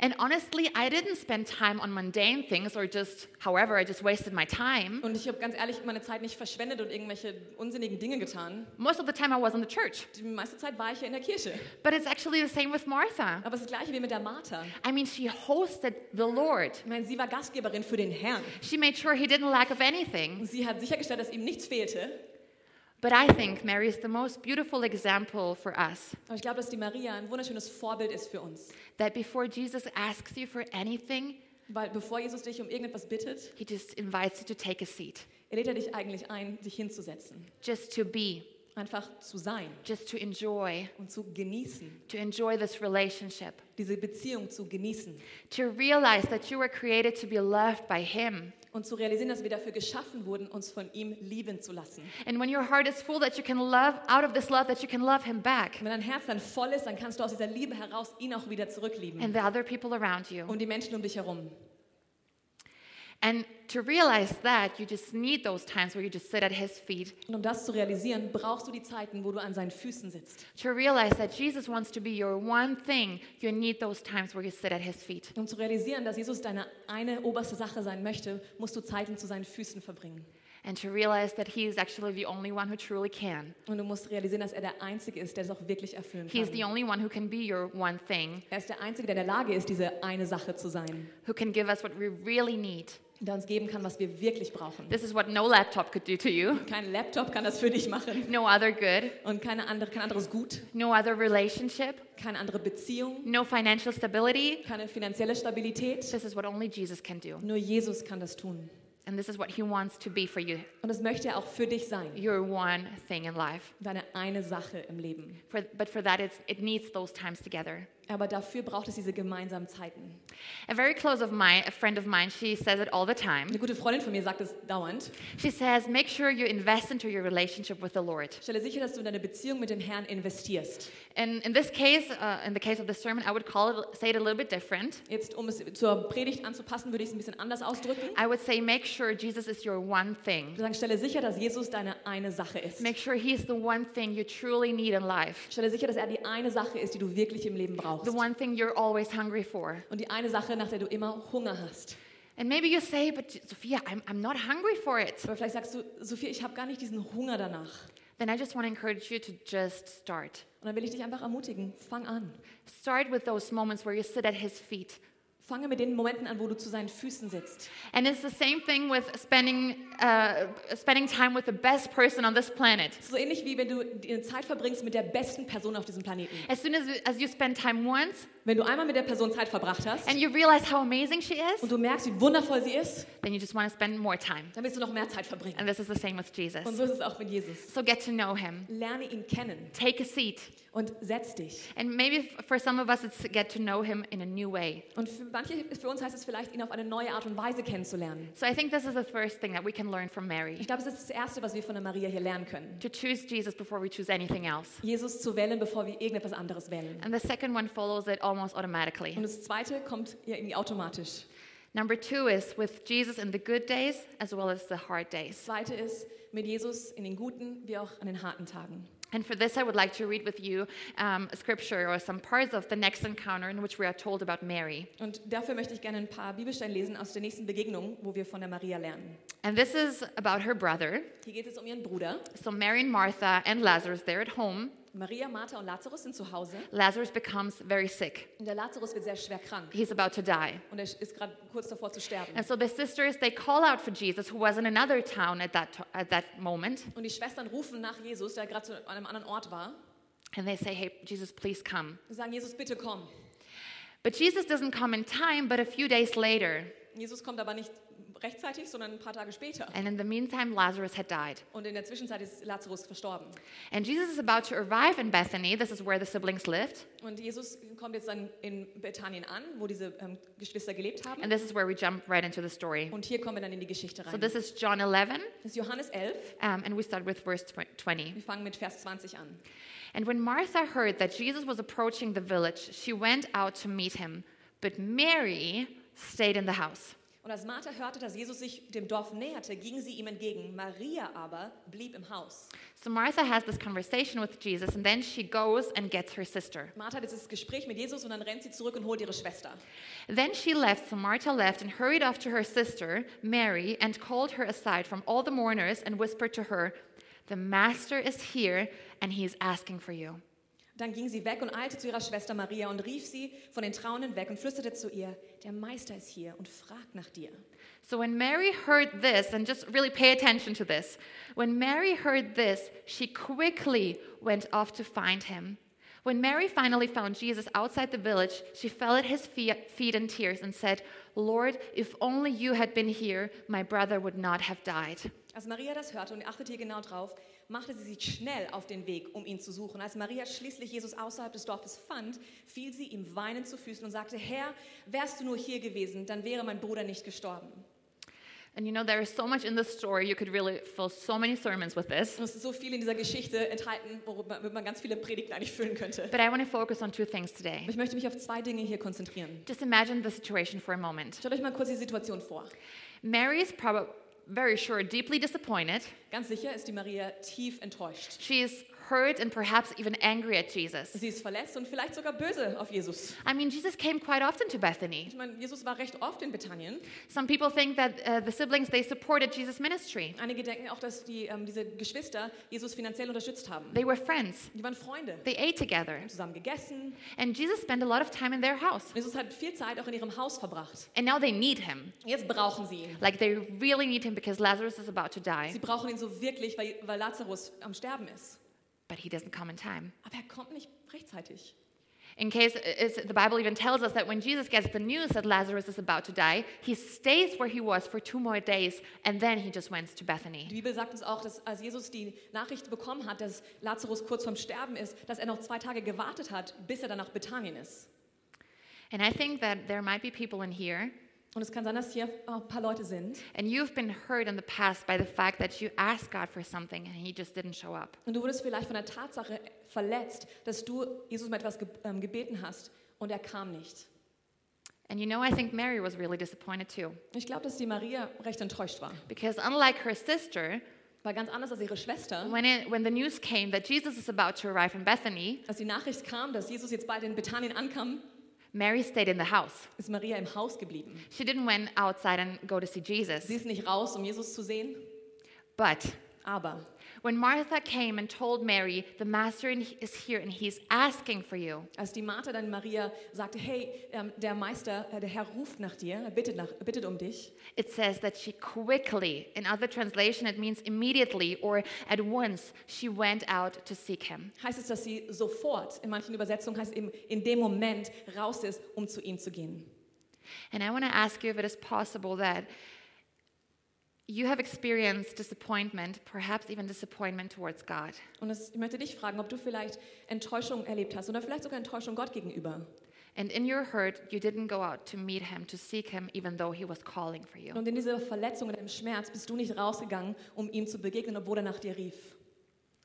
[SPEAKER 1] And honestly, I didn't spend time on mundane things or just, however, I just wasted my time.
[SPEAKER 2] Und ich habe ganz ehrlich meine Zeit nicht verschwendet und irgendwelche unsinnigen Dinge getan.
[SPEAKER 1] Most of the time I was in the church.
[SPEAKER 2] Die meiste Zeit war ich ja in der Kirche.
[SPEAKER 1] But it's actually the same with Martha.
[SPEAKER 2] Aber es ist das gleiche wie mit der Martha.
[SPEAKER 1] I mean, she hosted the Lord.
[SPEAKER 2] Ich meine, sie war Gastgeberin für den Herrn.
[SPEAKER 1] She made sure he didn't lack of anything.
[SPEAKER 2] Und sie hat sichergestellt, dass ihm nichts fehlte.
[SPEAKER 1] But I think Mary is the most beautiful example for us
[SPEAKER 2] Aber ich glaube, dass die Maria ein wunderschönes Vorbild ist für uns.
[SPEAKER 1] that before Jesus asks you for anything,
[SPEAKER 2] Weil bevor Jesus dich um irgendetwas bittet,
[SPEAKER 1] he just invites you to take a seat,
[SPEAKER 2] Er lädt ja dich eigentlich ein, dich hinzusetzen,
[SPEAKER 1] just to be,
[SPEAKER 2] einfach zu sein
[SPEAKER 1] just to enjoy,
[SPEAKER 2] und zu genießen,
[SPEAKER 1] to enjoy this relationship,
[SPEAKER 2] diese Beziehung zu genießen
[SPEAKER 1] to realize that you were created to be loved by him.
[SPEAKER 2] und zu realisieren, dass wir dafür geschaffen wurden, uns von ihm lieben zu lassen.
[SPEAKER 1] And when your heart is full, that you can love out of this love, that you can love him back
[SPEAKER 2] Und wenn dein Herz dann voll ist, dann kannst du aus dieser Liebe heraus ihn auch wieder zurücklieben
[SPEAKER 1] and the other people around you.
[SPEAKER 2] und die Menschen um dich herum.
[SPEAKER 1] And to realize that, you just need those times where you just sit at his feet.
[SPEAKER 2] Und um das zu realisieren, brauchst du die Zeiten, wo du an seinen Füßen sitzt.
[SPEAKER 1] To realize that Jesus wants to be your one thing, you need those times where you sit at his feet.
[SPEAKER 2] Um zu realisieren, dass Jesus deine eine oberste Sache sein möchte, musst du Zeiten zu seinen Füßen verbringen.
[SPEAKER 1] And to realize that he is actually the only one who truly can.
[SPEAKER 2] Und du musst realisieren, dass er der Einzige ist, der es auch wirklich erfüllen
[SPEAKER 1] He is the
[SPEAKER 2] kann.
[SPEAKER 1] only one who can be your one thing,
[SPEAKER 2] Er ist der Einzige, der in der Lage ist, diese eine Sache zu sein.
[SPEAKER 1] who can give us what we really need.
[SPEAKER 2] der uns geben kann, was wir wirklich brauchen.
[SPEAKER 1] This is what no laptop could do to you,
[SPEAKER 2] Kein Laptop kann das für dich machen
[SPEAKER 1] no other good,
[SPEAKER 2] und keine andere, kein anderes Gut,
[SPEAKER 1] no other relationship,
[SPEAKER 2] keine andere Beziehung,
[SPEAKER 1] no financial stability.
[SPEAKER 2] keine finanzielle Stabilität.
[SPEAKER 1] This is what only Jesus can do.
[SPEAKER 2] Nur Jesus kann das tun.
[SPEAKER 1] And this is what he wants to be for you
[SPEAKER 2] Und das möchte er auch für dich sein.
[SPEAKER 1] your one thing in life.
[SPEAKER 2] Deine eine Sache im Leben.
[SPEAKER 1] For, but for that, it's, it needs those times together.
[SPEAKER 2] Aber dafür braucht es diese gemeinsamen Zeiten.
[SPEAKER 1] A very close of mine, a friend of mine, she says it all the time.
[SPEAKER 2] Eine gute Freundin von mir sagt es dauernd.
[SPEAKER 1] She says, make sure you invest into your relationship with the Lord.
[SPEAKER 2] Stelle sicher, dass du in deine Beziehung mit dem Herrn investierst.
[SPEAKER 1] And in this case, uh, in the case of this sermon, I would call it, say it a little bit different.
[SPEAKER 2] Jetzt, um es zur Predigt anzupassen, würde ich es ein bisschen anders ausdrücken. Ich
[SPEAKER 1] I would say, make sure Jesus is your one thing.
[SPEAKER 2] würde sagen, stelle sicher, dass Jesus deine eine Sache ist.
[SPEAKER 1] Make sure He is the one thing you truly need in life,
[SPEAKER 2] Stelle sicher, dass er die eine Sache ist, die du wirklich im Leben brauchst.
[SPEAKER 1] the one thing you're always hungry for.
[SPEAKER 2] Und die eine Sache, nach der du immer Hunger hast.
[SPEAKER 1] And maybe you say, but Sophia, I'm, I'm not hungry for it.
[SPEAKER 2] Aber vielleicht sagst du, Sophie, ich habe gar nicht diesen Hunger danach.
[SPEAKER 1] Then I just want to encourage you to just start.
[SPEAKER 2] Und dann will ich dich einfach ermutigen, fang an.
[SPEAKER 1] Start with those moments where you sit at His feet
[SPEAKER 2] Fange mit den Momenten an, wo du zu seinen Füßen sitzt.
[SPEAKER 1] And it's the same thing with spending, uh, spending time with the best person on this planet.
[SPEAKER 2] So ähnlich wie wenn du die Zeit verbringst mit der besten Person auf diesem Planeten.
[SPEAKER 1] As soon as, as you spend time once,
[SPEAKER 2] Wenn du einmal mit der Person Zeit verbracht hast
[SPEAKER 1] and you realize how amazing she is,
[SPEAKER 2] und du merkst, wie wundervoll sie ist,
[SPEAKER 1] then you just want to spend more time.
[SPEAKER 2] dann willst du noch mehr Zeit verbringen.
[SPEAKER 1] And this is the same with Jesus.
[SPEAKER 2] Und so ist es auch mit Jesus.
[SPEAKER 1] So get to know him.
[SPEAKER 2] Lerne ihn kennen
[SPEAKER 1] Take a seat.
[SPEAKER 2] und setz dich.
[SPEAKER 1] And maybe f- for some of us, it's get to know him in a new way.
[SPEAKER 2] Und für manche, für uns heißt es vielleicht, ihn auf eine neue Art und Weise kennenzulernen.
[SPEAKER 1] So I think this is the first thing that we can learn from
[SPEAKER 2] Ich
[SPEAKER 1] Mary
[SPEAKER 2] glaube, es ist das Erste, was wir von der Maria hier lernen können.
[SPEAKER 1] to choose Jesus before we choose anything else.
[SPEAKER 2] Jesus zu wählen, bevor wir irgendetwas anderes wählen.
[SPEAKER 1] And the second one follows it almost
[SPEAKER 2] Und
[SPEAKER 1] automatically.
[SPEAKER 2] das Zweite kommt ja irgendwie automatisch.
[SPEAKER 1] Number two is with Jesus in the good days as well as the hard days.
[SPEAKER 2] Das Zweite ist, mit Jesus in den guten wie auch an den harten Tagen.
[SPEAKER 1] And for this, I would like to read with you um, a scripture or some parts of the next encounter in which we are told about Mary.
[SPEAKER 2] Und dafür möchte ich gerne ein paar Bibelstellen lesen aus der nächsten Begegnung, wo wir von der Maria lernen.
[SPEAKER 1] And this is about her brother.
[SPEAKER 2] Hier geht es um ihren Bruder.
[SPEAKER 1] So Mary and Martha and Lazarus, they're at home.
[SPEAKER 2] Maria, Martha und Lazarus sind zu Hause.
[SPEAKER 1] Lazarus becomes very sick.
[SPEAKER 2] Und der Lazarus wird sehr schwer krank.
[SPEAKER 1] He's about to die.
[SPEAKER 2] Und er ist gerade kurz davor zu sterben.
[SPEAKER 1] And so the sisters, they call out for Jesus, who was in another town at that, to- at that moment.
[SPEAKER 2] Und die Schwestern rufen nach Jesus, der gerade zu einem anderen Ort war.
[SPEAKER 1] And they say, Hey, Jesus, please come.
[SPEAKER 2] Und sagen, Jesus, bitte komm.
[SPEAKER 1] But Jesus doesn't come in time, but a few days later.
[SPEAKER 2] Jesus kommt aber nicht rechtzeitig, sondern ein paar Tage später.
[SPEAKER 1] And in the meantime, Lazarus had died.
[SPEAKER 2] Und in der Zwischenzeit ist Lazarus verstorben.
[SPEAKER 1] And Jesus is about to arrive in Bethany. This is where the siblings lived.
[SPEAKER 2] Und Jesus kommt jetzt dann in Bethanien an, wo diese ähm, Geschwister gelebt haben.
[SPEAKER 1] And this is where we jump right into the story.
[SPEAKER 2] Und hier kommen wir dann in die Geschichte rein.
[SPEAKER 1] So this is John 11,
[SPEAKER 2] das ist Johannes 11.
[SPEAKER 1] um, and we start with verse tw- 20.
[SPEAKER 2] Wir fangen mit Vers 20 an.
[SPEAKER 1] And when Martha heard that Jesus was approaching the village, she went out to meet him. But Mary stayed in the house.
[SPEAKER 2] Und als Martha hörte, dass Jesus sich dem Dorf näherte, ging sie ihm entgegen. Maria aber blieb im Haus.
[SPEAKER 1] So Martha has this conversation with Jesus, and then she goes and gets her sister.
[SPEAKER 2] Martha hat jetzt das Gespräch mit Jesus und dann rennt sie zurück und holt ihre Schwester.
[SPEAKER 1] Then she left, so Martha left and hurried off to her sister, Mary, and called her aside from all the mourners and whispered to her, The Master is here, and he is asking for you.
[SPEAKER 2] Dann ging sie weg und eilte zu ihrer Schwester Maria und rief sie von den Traunen weg und flüsterte zu ihr, der Meister ist hier und fragt nach dir.
[SPEAKER 1] So when Mary heard this, and just really pay attention to this, when Mary heard this, she quickly went off to find him. When Mary finally found Jesus outside the village, she fell at his fe- feet in tears and said, Lord, if only you had been here, my brother would not have died.
[SPEAKER 2] Als Maria das hörte und achtet hier genau drauf, machte sie sich schnell auf den Weg, um ihn zu suchen. Als Maria schließlich Jesus außerhalb des Dorfes fand, fiel sie ihm weinend zu Füßen und sagte, Herr, wärst du nur hier gewesen, dann wäre mein Bruder nicht gestorben.
[SPEAKER 1] And you know, there is so much in this story. You could really fill so many sermons with this.
[SPEAKER 2] Und es ist so viel in dieser Geschichte enthalten, worüber womit man ganz viele Predigten eigentlich füllen könnte.
[SPEAKER 1] But I want to focus on two things today.
[SPEAKER 2] Ich möchte mich auf zwei Dinge hier konzentrieren.
[SPEAKER 1] Just imagine the situation for a moment.
[SPEAKER 2] Stellt euch mal kurz die Situation vor.
[SPEAKER 1] Mary is probably very sure deeply disappointed.
[SPEAKER 2] Ganz sicher ist die Maria tief enttäuscht.
[SPEAKER 1] She is hurt and perhaps even angry at Jesus.
[SPEAKER 2] Sie ist verletzt und vielleicht sogar böse auf Jesus.
[SPEAKER 1] I mean, Jesus came quite often to Bethany.
[SPEAKER 2] Ich meine, Jesus war recht oft in Bethanien.
[SPEAKER 1] Some people think that uh, the siblings they supported Jesus' ministry.
[SPEAKER 2] Einige denken auch, dass die, ähm, diese Geschwister Jesus finanziell unterstützt haben.
[SPEAKER 1] They were friends.
[SPEAKER 2] Die waren Freunde,
[SPEAKER 1] They ate together,
[SPEAKER 2] haben zusammen gegessen.
[SPEAKER 1] and Jesus spent a lot of time in their house.
[SPEAKER 2] Jesus hat viel Zeit auch in ihrem Haus verbracht.
[SPEAKER 1] And now they need him.
[SPEAKER 2] Jetzt brauchen sie ihn.
[SPEAKER 1] Like they really need him because Lazarus is about to die,
[SPEAKER 2] Sie brauchen ihn so wirklich, weil, weil Lazarus am Sterben ist.
[SPEAKER 1] but he doesn't come in time.
[SPEAKER 2] Aber er kommt nicht rechtzeitig.
[SPEAKER 1] In case it's, the Bible even tells us that when Jesus gets the news that Lazarus is about to die, he stays where he was for two more days and then he just went to
[SPEAKER 2] Die
[SPEAKER 1] Bethany.
[SPEAKER 2] Bibel sagt uns auch, dass als Jesus die Nachricht bekommen hat, dass Lazarus kurz vorm Sterben ist, dass er noch zwei Tage gewartet hat, bis er dann nach Bethanien ist.
[SPEAKER 1] And I think that there might be people in here
[SPEAKER 2] Und es kann sein, dass hier auch ein paar Leute sind,
[SPEAKER 1] and you've been hurt in the past by the fact that you asked God for something and he just didn't show up.
[SPEAKER 2] Und du wurdest vielleicht von der Tatsache verletzt, dass du Jesus um etwas ge ähm, gebeten hast und er kam nicht.
[SPEAKER 1] And you know, I think Mary was really disappointed too
[SPEAKER 2] Ich glaube, dass die Maria recht enttäuscht war.
[SPEAKER 1] because unlike her sister,
[SPEAKER 2] War ganz anders als ihre Schwester.
[SPEAKER 1] when, it, when the news came that Jesus is about to arrive in Bethany,
[SPEAKER 2] Als die Nachricht kam, dass Jesus jetzt bald in Bethanien ankam,
[SPEAKER 1] Mary stayed in the house.
[SPEAKER 2] ist Maria im Haus geblieben.
[SPEAKER 1] She didn't went outside and go to see Jesus.
[SPEAKER 2] Sie ist nicht raus, um Jesus zu sehen,
[SPEAKER 1] But
[SPEAKER 2] aber
[SPEAKER 1] When Martha came and told Mary, The Master in- is here and he's asking for you.
[SPEAKER 2] Als die Martha dann Maria sagte, hey, ähm, der Meister, äh, der Herr ruft nach dir, er bittet, nach, bittet um dich,
[SPEAKER 1] It says that she quickly, in other translation, it means immediately or at once, she went out to seek him.
[SPEAKER 2] heißt es, dass sie sofort, in manchen Übersetzungen heißt es eben, in dem Moment raus ist, um zu ihm zu gehen.
[SPEAKER 1] And I want to ask you if it is possible that you have experienced disappointment, perhaps even disappointment towards God.
[SPEAKER 2] Und es, ich möchte dich fragen, ob du vielleicht Enttäuschung erlebt hast oder vielleicht sogar Enttäuschung Gott gegenüber.
[SPEAKER 1] And in your hurt, you didn't go out to meet him, to seek him, even though he was calling for you.
[SPEAKER 2] Und in dieser Verletzung oder im Schmerz bist du nicht rausgegangen, um ihm zu begegnen, obwohl er nach dir rief.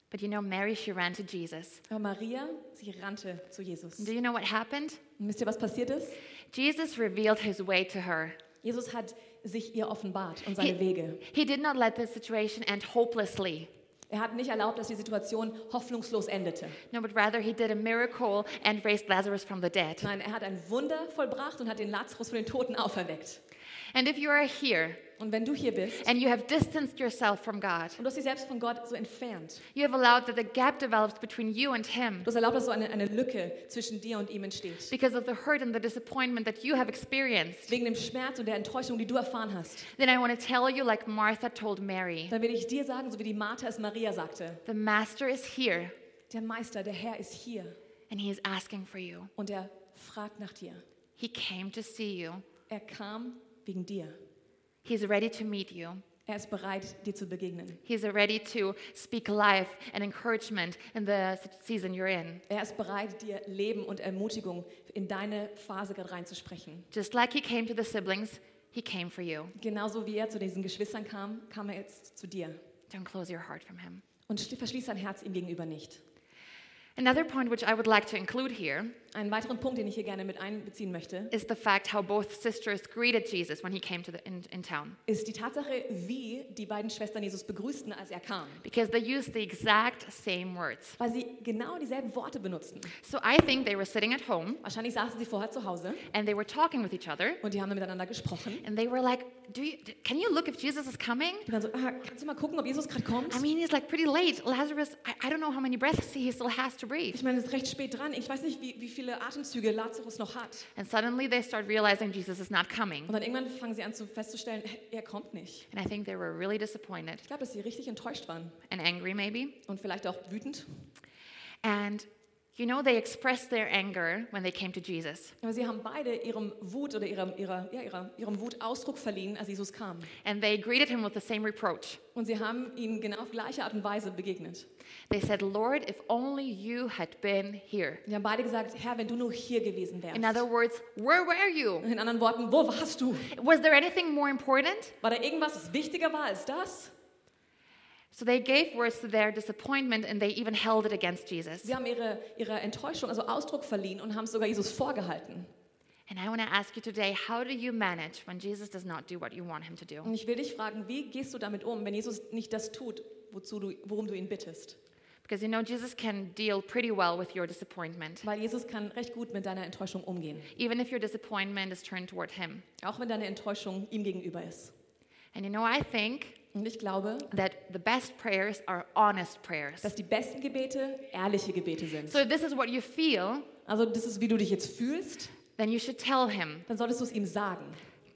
[SPEAKER 1] But you know, Mary, she ran to Jesus.
[SPEAKER 2] Aber Maria, sie rannte zu Jesus.
[SPEAKER 1] And do you know what happened?
[SPEAKER 2] Und wisst ihr, was passiert ist?
[SPEAKER 1] Jesus revealed his way to her.
[SPEAKER 2] Jesus hat sich ihr offenbart und seine
[SPEAKER 1] He,
[SPEAKER 2] Wege.
[SPEAKER 1] he did not let the situation end hopelessly.
[SPEAKER 2] Er hat nicht erlaubt, dass die Situation hoffnungslos endete.
[SPEAKER 1] No, but rather he did a miracle and raised Lazarus from the dead.
[SPEAKER 2] Nein, er hat ein Wunder vollbracht und hat den Lazarus von den Toten auferweckt.
[SPEAKER 1] And if you are here
[SPEAKER 2] Und wenn du hier bist
[SPEAKER 1] and you have distanced yourself from God,
[SPEAKER 2] und du hast dich selbst von Gott so entfernt,
[SPEAKER 1] you have allowed that the gap develops between you and him
[SPEAKER 2] du hast erlaubt, dass so eine, eine Lücke zwischen dir und ihm entsteht.
[SPEAKER 1] because of the hurt and the disappointment that you have experienced,
[SPEAKER 2] Wegen dem Schmerz und der Enttäuschung, die du erfahren hast,
[SPEAKER 1] then I want to tell you, like Martha told Mary,
[SPEAKER 2] dann will ich dir sagen, so wie die Martha es Maria sagte,
[SPEAKER 1] the Master is here
[SPEAKER 2] der Meister, der Herr ist hier
[SPEAKER 1] and he is asking for you.
[SPEAKER 2] und er fragt nach dir.
[SPEAKER 1] He came to see you,
[SPEAKER 2] Er kam wegen dir.
[SPEAKER 1] he's ready to meet you.
[SPEAKER 2] Er ist bereit, dir zu begegnen.
[SPEAKER 1] He's ready to speak life and encouragement in the season you're in.
[SPEAKER 2] Er ist bereit, dir Leben und Ermutigung in deine Phase gerade reinzusprechen.
[SPEAKER 1] Just like he came to the siblings, he came for you.
[SPEAKER 2] Genauso wie er zu diesen Geschwistern kam, kam er jetzt zu dir.
[SPEAKER 1] Don't close your heart from him.
[SPEAKER 2] Und schli- verschließ dein Herz ihm gegenüber nicht.
[SPEAKER 1] Another point which I would like to include here
[SPEAKER 2] Einen weiteren Punkt, den ich hier gerne mit einbeziehen möchte,
[SPEAKER 1] is the fact how both sisters greeted Jesus when he came to the, in, in town
[SPEAKER 2] ist die Tatsache, wie die beiden Schwestern Jesus begrüßten, als er kam.
[SPEAKER 1] because they used the exact same words.
[SPEAKER 2] Weil sie genau dieselben Worte benutzten.
[SPEAKER 1] So I think they were sitting at home
[SPEAKER 2] Wahrscheinlich saßen sie vorher zu Hause
[SPEAKER 1] and they were talking with each other
[SPEAKER 2] und die haben dann miteinander gesprochen.
[SPEAKER 1] and they were like, "Do you, can you look if Jesus is coming?"
[SPEAKER 2] Die waren so, ah, kannst du mal gucken, ob Jesus gerade kommt?
[SPEAKER 1] I mean, he's like pretty late. Lazarus, I, I don't know how many breaths he still has to breathe.
[SPEAKER 2] Ich meine, es ist recht spät dran. Ich weiß nicht, wie, wie viele Atemzüge Lazarus noch hat.
[SPEAKER 1] And suddenly they start realizing Jesus is not coming.
[SPEAKER 2] Und dann irgendwann fangen sie an zu festzustellen, äh, er kommt nicht.
[SPEAKER 1] And I think they were really disappointed
[SPEAKER 2] Ich glaube, dass sie richtig enttäuscht waren
[SPEAKER 1] and angry, maybe.
[SPEAKER 2] und vielleicht auch wütend.
[SPEAKER 1] And you know, they expressed their anger when they came to Jesus.
[SPEAKER 2] Aber sie haben beide ihrem Wut oder ihrem, ihrer, ja, ihrer, ihrem Wut Ausdruck verliehen, als Jesus kam.
[SPEAKER 1] And they greeted him with the same reproach.
[SPEAKER 2] Und sie haben ihm genau auf gleiche Art und Weise begegnet.
[SPEAKER 1] They said, Lord, if only you had been here.
[SPEAKER 2] Sie haben beide gesagt, Herr, wenn du nur hier gewesen wärst.
[SPEAKER 1] In other words, where were you?
[SPEAKER 2] In anderen Worten, wo warst du?
[SPEAKER 1] Was there anything more important?
[SPEAKER 2] War da irgendwas, das wichtiger war als das?
[SPEAKER 1] So they gave words to their disappointment and they even held it against Jesus.
[SPEAKER 2] Sie haben ihre, ihre Enttäuschung, also Ausdruck verliehen und haben es sogar Jesus vorgehalten.
[SPEAKER 1] And I want to ask you today how do you manage when Jesus does not do what you want him to do?
[SPEAKER 2] Und ich will dich fragen, wie gehst du damit um, wenn Jesus nicht das tut, wozu du, worum du ihn bittest?
[SPEAKER 1] Because you know, Jesus can deal pretty well with your disappointment,
[SPEAKER 2] Weil Jesus kann recht gut mit deiner Enttäuschung umgehen,
[SPEAKER 1] even if your disappointment is turned toward him.
[SPEAKER 2] auch wenn deine Enttäuschung ihm gegenüber ist.
[SPEAKER 1] And you know, I think
[SPEAKER 2] Und ich glaube,
[SPEAKER 1] that the best prayers are honest prayers.
[SPEAKER 2] dass die besten Gebete ehrliche Gebete sind.
[SPEAKER 1] So if this is what you feel,
[SPEAKER 2] Also das ist, wie du dich jetzt fühlst,
[SPEAKER 1] then you should tell him.
[SPEAKER 2] dann solltest du es ihm sagen.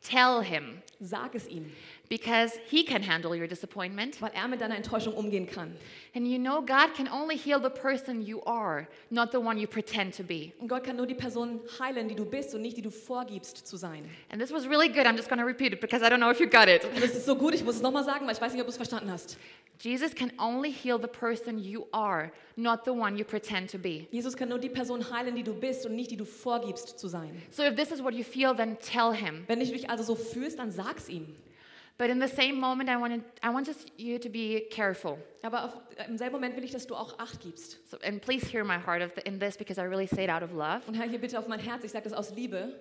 [SPEAKER 1] Tell him.
[SPEAKER 2] Sag es ihm,
[SPEAKER 1] because he can handle your disappointment.
[SPEAKER 2] weil er mit deiner Enttäuschung umgehen kann.
[SPEAKER 1] And you know, God can only heal the person you are, not the one you pretend to be.
[SPEAKER 2] Und Gott kann nur die Person heilen, die du bist und nicht die du vorgibst zu sein.
[SPEAKER 1] And this was really good. I'm just going to repeat it because I don't know if you got it.
[SPEAKER 2] Und das ist so gut, ich muss es nochmal sagen, weil ich weiß nicht, ob du es verstanden hast.
[SPEAKER 1] Jesus can only heal the person you are, not the one you pretend to be.
[SPEAKER 2] Jesus kann nur die Person heilen, die du bist und nicht die du vorgibst zu sein.
[SPEAKER 1] So if this is what you feel, then tell him.
[SPEAKER 2] Wenn du dich also so fühlst, dann sag's ihm.
[SPEAKER 1] But in the same moment, I want, I want just you to be careful.
[SPEAKER 2] Aber auf, im selben Moment will ich, dass du auch Acht gibst.
[SPEAKER 1] So, and please hear my heart of the, in this because I really say it out of love.
[SPEAKER 2] Und Herr, hier bitte auf mein Herz, ich sage das aus Liebe.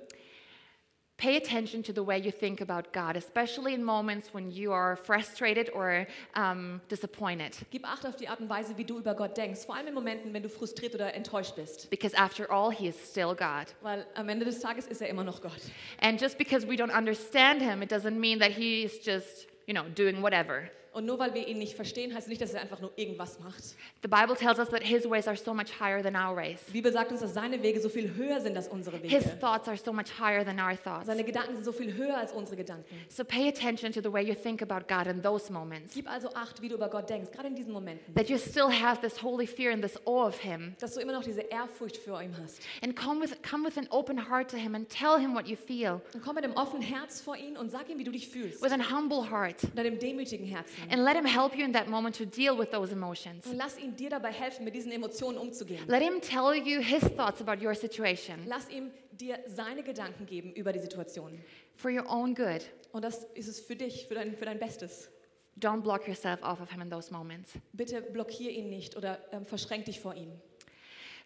[SPEAKER 1] Pay attention to the way you think about God, especially in moments when you are frustrated or um, disappointed.
[SPEAKER 2] Gib Acht auf die Art und Weise, wie du über Gott denkst. Vor allem in Momenten, wenn du frustriert oder enttäuscht bist.
[SPEAKER 1] Because after all, He is still God.
[SPEAKER 2] Weil am Ende des Tages ist er immer noch Gott.
[SPEAKER 1] And just because we don't understand Him, it doesn't mean that He is just, you know, doing whatever.
[SPEAKER 2] Und nur weil wir ihn nicht verstehen, heißt nicht, dass er einfach nur irgendwas macht.
[SPEAKER 1] The Bible tells us that his ways are so much higher than our ways.
[SPEAKER 2] Die Bibel sagt uns, dass seine Wege so viel höher sind als unsere
[SPEAKER 1] His
[SPEAKER 2] Wege.
[SPEAKER 1] thoughts are so much higher than our thoughts.
[SPEAKER 2] Seine Gedanken sind so viel höher als unsere Gedanken.
[SPEAKER 1] So pay attention to the way you think about God in those moments.
[SPEAKER 2] Gib also acht, wie du über Gott denkst, gerade in diesen Momenten.
[SPEAKER 1] That you still have this holy fear and this awe of Him.
[SPEAKER 2] Dass du immer noch diese Ehrfurcht vor ihm hast.
[SPEAKER 1] And come with, come with an open heart to Him and tell Him what you feel
[SPEAKER 2] Und komm mit einem offenen Herz vor ihn und sag ihm, wie du dich fühlst.
[SPEAKER 1] with an humble heart.
[SPEAKER 2] Mit einem demütigen Herzen.
[SPEAKER 1] And let Him help you in that moment to deal with those emotions.
[SPEAKER 2] Und lass ihn dir dabei helfen, mit diesen Emotionen umzugehen.
[SPEAKER 1] Let Him tell you His thoughts about your situation
[SPEAKER 2] Lass ihm dir seine Gedanken geben über die Situation.
[SPEAKER 1] for your own good.
[SPEAKER 2] Und das ist es für dich, für dein, für dein Bestes.
[SPEAKER 1] Don't block yourself off of Him in those moments.
[SPEAKER 2] Bitte blockier ihn nicht oder ähm, verschränk dich vor ihm.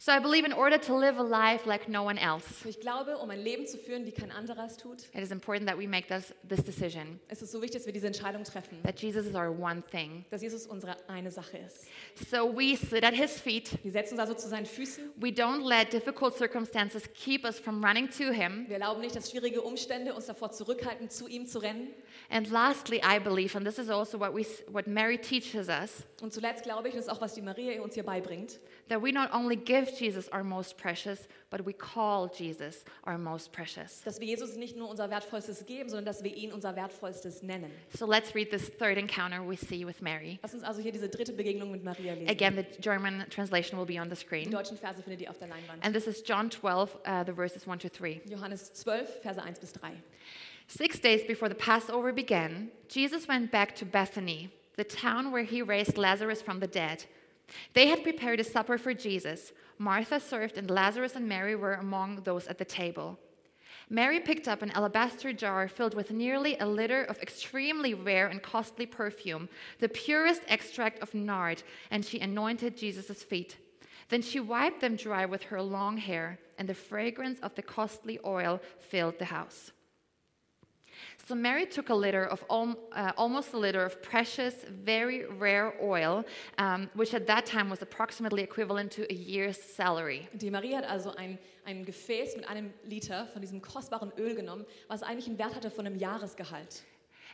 [SPEAKER 1] So I believe in order to live a life like no one else,
[SPEAKER 2] Ich glaube, um ein Leben zu führen, wie kein anderer es tut,
[SPEAKER 1] it is important that we make this, this decision
[SPEAKER 2] ist es so wichtig, dass wir diese Entscheidung treffen,
[SPEAKER 1] that Jesus is our one thing.
[SPEAKER 2] dass Jesus unsere eine Sache ist.
[SPEAKER 1] So we sit at His feet
[SPEAKER 2] Wir setzen uns also zu seinen Füßen.
[SPEAKER 1] We don't let difficult circumstances keep us from running to Him.
[SPEAKER 2] Wir erlauben nicht, dass schwierige Umstände uns davor zurückhalten, zu ihm zu rennen.
[SPEAKER 1] And lastly, I believe, and this is also what, we, what Mary teaches us,
[SPEAKER 2] Und zuletzt glaube ich, und das ist auch, was die Maria uns hier beibringt,
[SPEAKER 1] that we not only give Jesus our most precious, but we call Jesus our most precious.
[SPEAKER 2] dass wir Jesus nicht nur unser Wertvollstes geben, sondern dass wir ihn unser Wertvollstes nennen.
[SPEAKER 1] So let's read this third encounter we see with Mary.
[SPEAKER 2] Lass uns also hier diese dritte Begegnung mit Maria lesen.
[SPEAKER 1] Again, the German translation will be on the
[SPEAKER 2] Die
[SPEAKER 1] screen.
[SPEAKER 2] deutschen Verse findet ihr auf der Leinwand.
[SPEAKER 1] And this is John 12, uh, the verses 1 to 3.
[SPEAKER 2] Johannes 12, Verse 1 bis 3.
[SPEAKER 1] Six days before the Passover began, Jesus went back to Bethany, the town where he raised Lazarus from the dead. They had prepared a supper for Jesus. Martha served, and Lazarus and Mary were among those at the table. Mary picked up an alabaster jar filled with nearly a liter of extremely rare and costly perfume, the purest extract of nard, and she anointed Jesus' feet. Then she wiped them dry with her long hair, and the fragrance of the costly oil filled the house. So Mary took a liter of al- uh, almost a liter of precious, very rare oil, um, which at that time was approximately equivalent to a year's salary.
[SPEAKER 2] Die Maria hat also ein, ein Gefäß mit einem Liter von diesem kostbaren Öl genommen, was eigentlich einen Wert hatte von einem Jahresgehalt.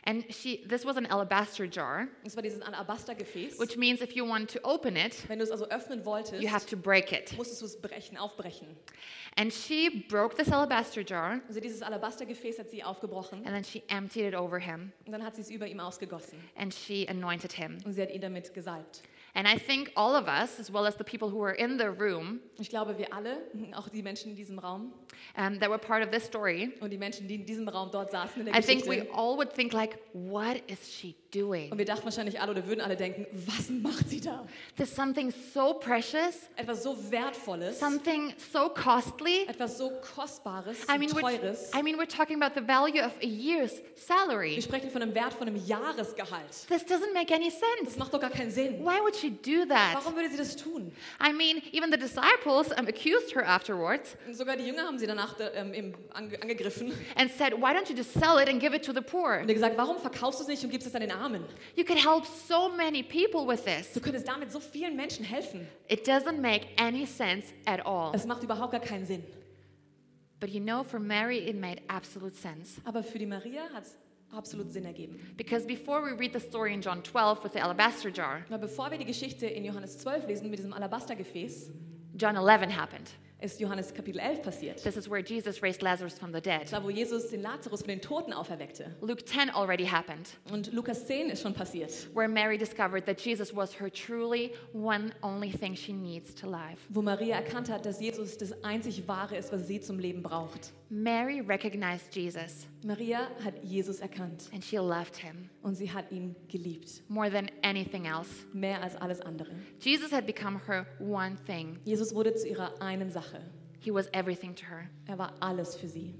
[SPEAKER 1] And she, this was an alabaster jar,
[SPEAKER 2] Und zwar dieses Alabastergefäß.
[SPEAKER 1] which means if you want to open it,
[SPEAKER 2] Wenn du es also öffnen wolltest,
[SPEAKER 1] you have to break it.
[SPEAKER 2] musstest du es brechen, aufbrechen.
[SPEAKER 1] And she broke this alabaster jar,
[SPEAKER 2] Also dieses Alabastergefäß hat sie aufgebrochen
[SPEAKER 1] and then she emptied it over him,
[SPEAKER 2] und dann hat sie es über ihm ausgegossen
[SPEAKER 1] and she anointed him.
[SPEAKER 2] und sie hat ihn damit gesalbt.
[SPEAKER 1] And I think all of us, as well as the people who were in the room
[SPEAKER 2] Ich glaube, wir alle, auch die Menschen in diesem Raum
[SPEAKER 1] um, that were part of this story,
[SPEAKER 2] und die Menschen, die in diesem Raum dort saßen in der
[SPEAKER 1] I think we
[SPEAKER 2] Geschichte,
[SPEAKER 1] all would think like, "What is she doing?"
[SPEAKER 2] und wir dachten wahrscheinlich alle oder würden alle denken, was macht sie da?
[SPEAKER 1] There's something so precious,
[SPEAKER 2] Etwas so Wertvolles,
[SPEAKER 1] something so costly.
[SPEAKER 2] etwas so Kostbares,
[SPEAKER 1] I mean, we're,
[SPEAKER 2] Teures.
[SPEAKER 1] I mean, we're talking about the value of a year's
[SPEAKER 2] Wir
[SPEAKER 1] salary.
[SPEAKER 2] sprechen von einem Wert von einem Jahresgehalt.
[SPEAKER 1] This doesn't make any sense.
[SPEAKER 2] Das macht doch gar keinen Sinn.
[SPEAKER 1] Why would she do that?
[SPEAKER 2] Warum würde sie das tun?
[SPEAKER 1] I mean, even the disciples um, accused her afterwards
[SPEAKER 2] Sogar die Jünger haben sie danach ähm, im- ange angegriffen und
[SPEAKER 1] and said, Why don't you just sell it and give it to the poor?
[SPEAKER 2] ihr gesagt, warum verkaufst du es nicht und gibst es an den Armen?
[SPEAKER 1] You could help so many people with this.
[SPEAKER 2] Du könntest damit so vielen Menschen helfen.
[SPEAKER 1] It doesn't make any sense at all.
[SPEAKER 2] Es macht überhaupt gar keinen Sinn.
[SPEAKER 1] But you know, for Mary, it made absolute sense.
[SPEAKER 2] Aber für die Maria hat es absolut Sinn ergeben.
[SPEAKER 1] Because before we read the story in John 12 with the alabaster jar,
[SPEAKER 2] Aber bevor wir die Geschichte in Johannes 12 lesen mit diesem Alabastergefäß,
[SPEAKER 1] John 11 happened.
[SPEAKER 2] ist Johannes Kapitel 11 passiert.
[SPEAKER 1] This is where Jesus raised Lazarus from the dead.
[SPEAKER 2] Da, wo Jesus den Lazarus von den Toten auferweckte.
[SPEAKER 1] Luke 10 already happened,
[SPEAKER 2] Und Lukas 10 ist schon passiert,
[SPEAKER 1] where Mary discovered that Jesus was her truly one only thing she needs to live.
[SPEAKER 2] wo Maria erkannt hat, dass Jesus das einzig Wahre ist, was sie zum Leben braucht.
[SPEAKER 1] Mary recognized Jesus
[SPEAKER 2] Maria hat Jesus erkannt
[SPEAKER 1] and she loved him
[SPEAKER 2] und sie hat ihn geliebt,
[SPEAKER 1] more than anything else.
[SPEAKER 2] mehr als alles andere.
[SPEAKER 1] Jesus had become her one thing,
[SPEAKER 2] Jesus wurde zu ihrer einen Sache.
[SPEAKER 1] he was everything to her.
[SPEAKER 2] Er war alles für sie.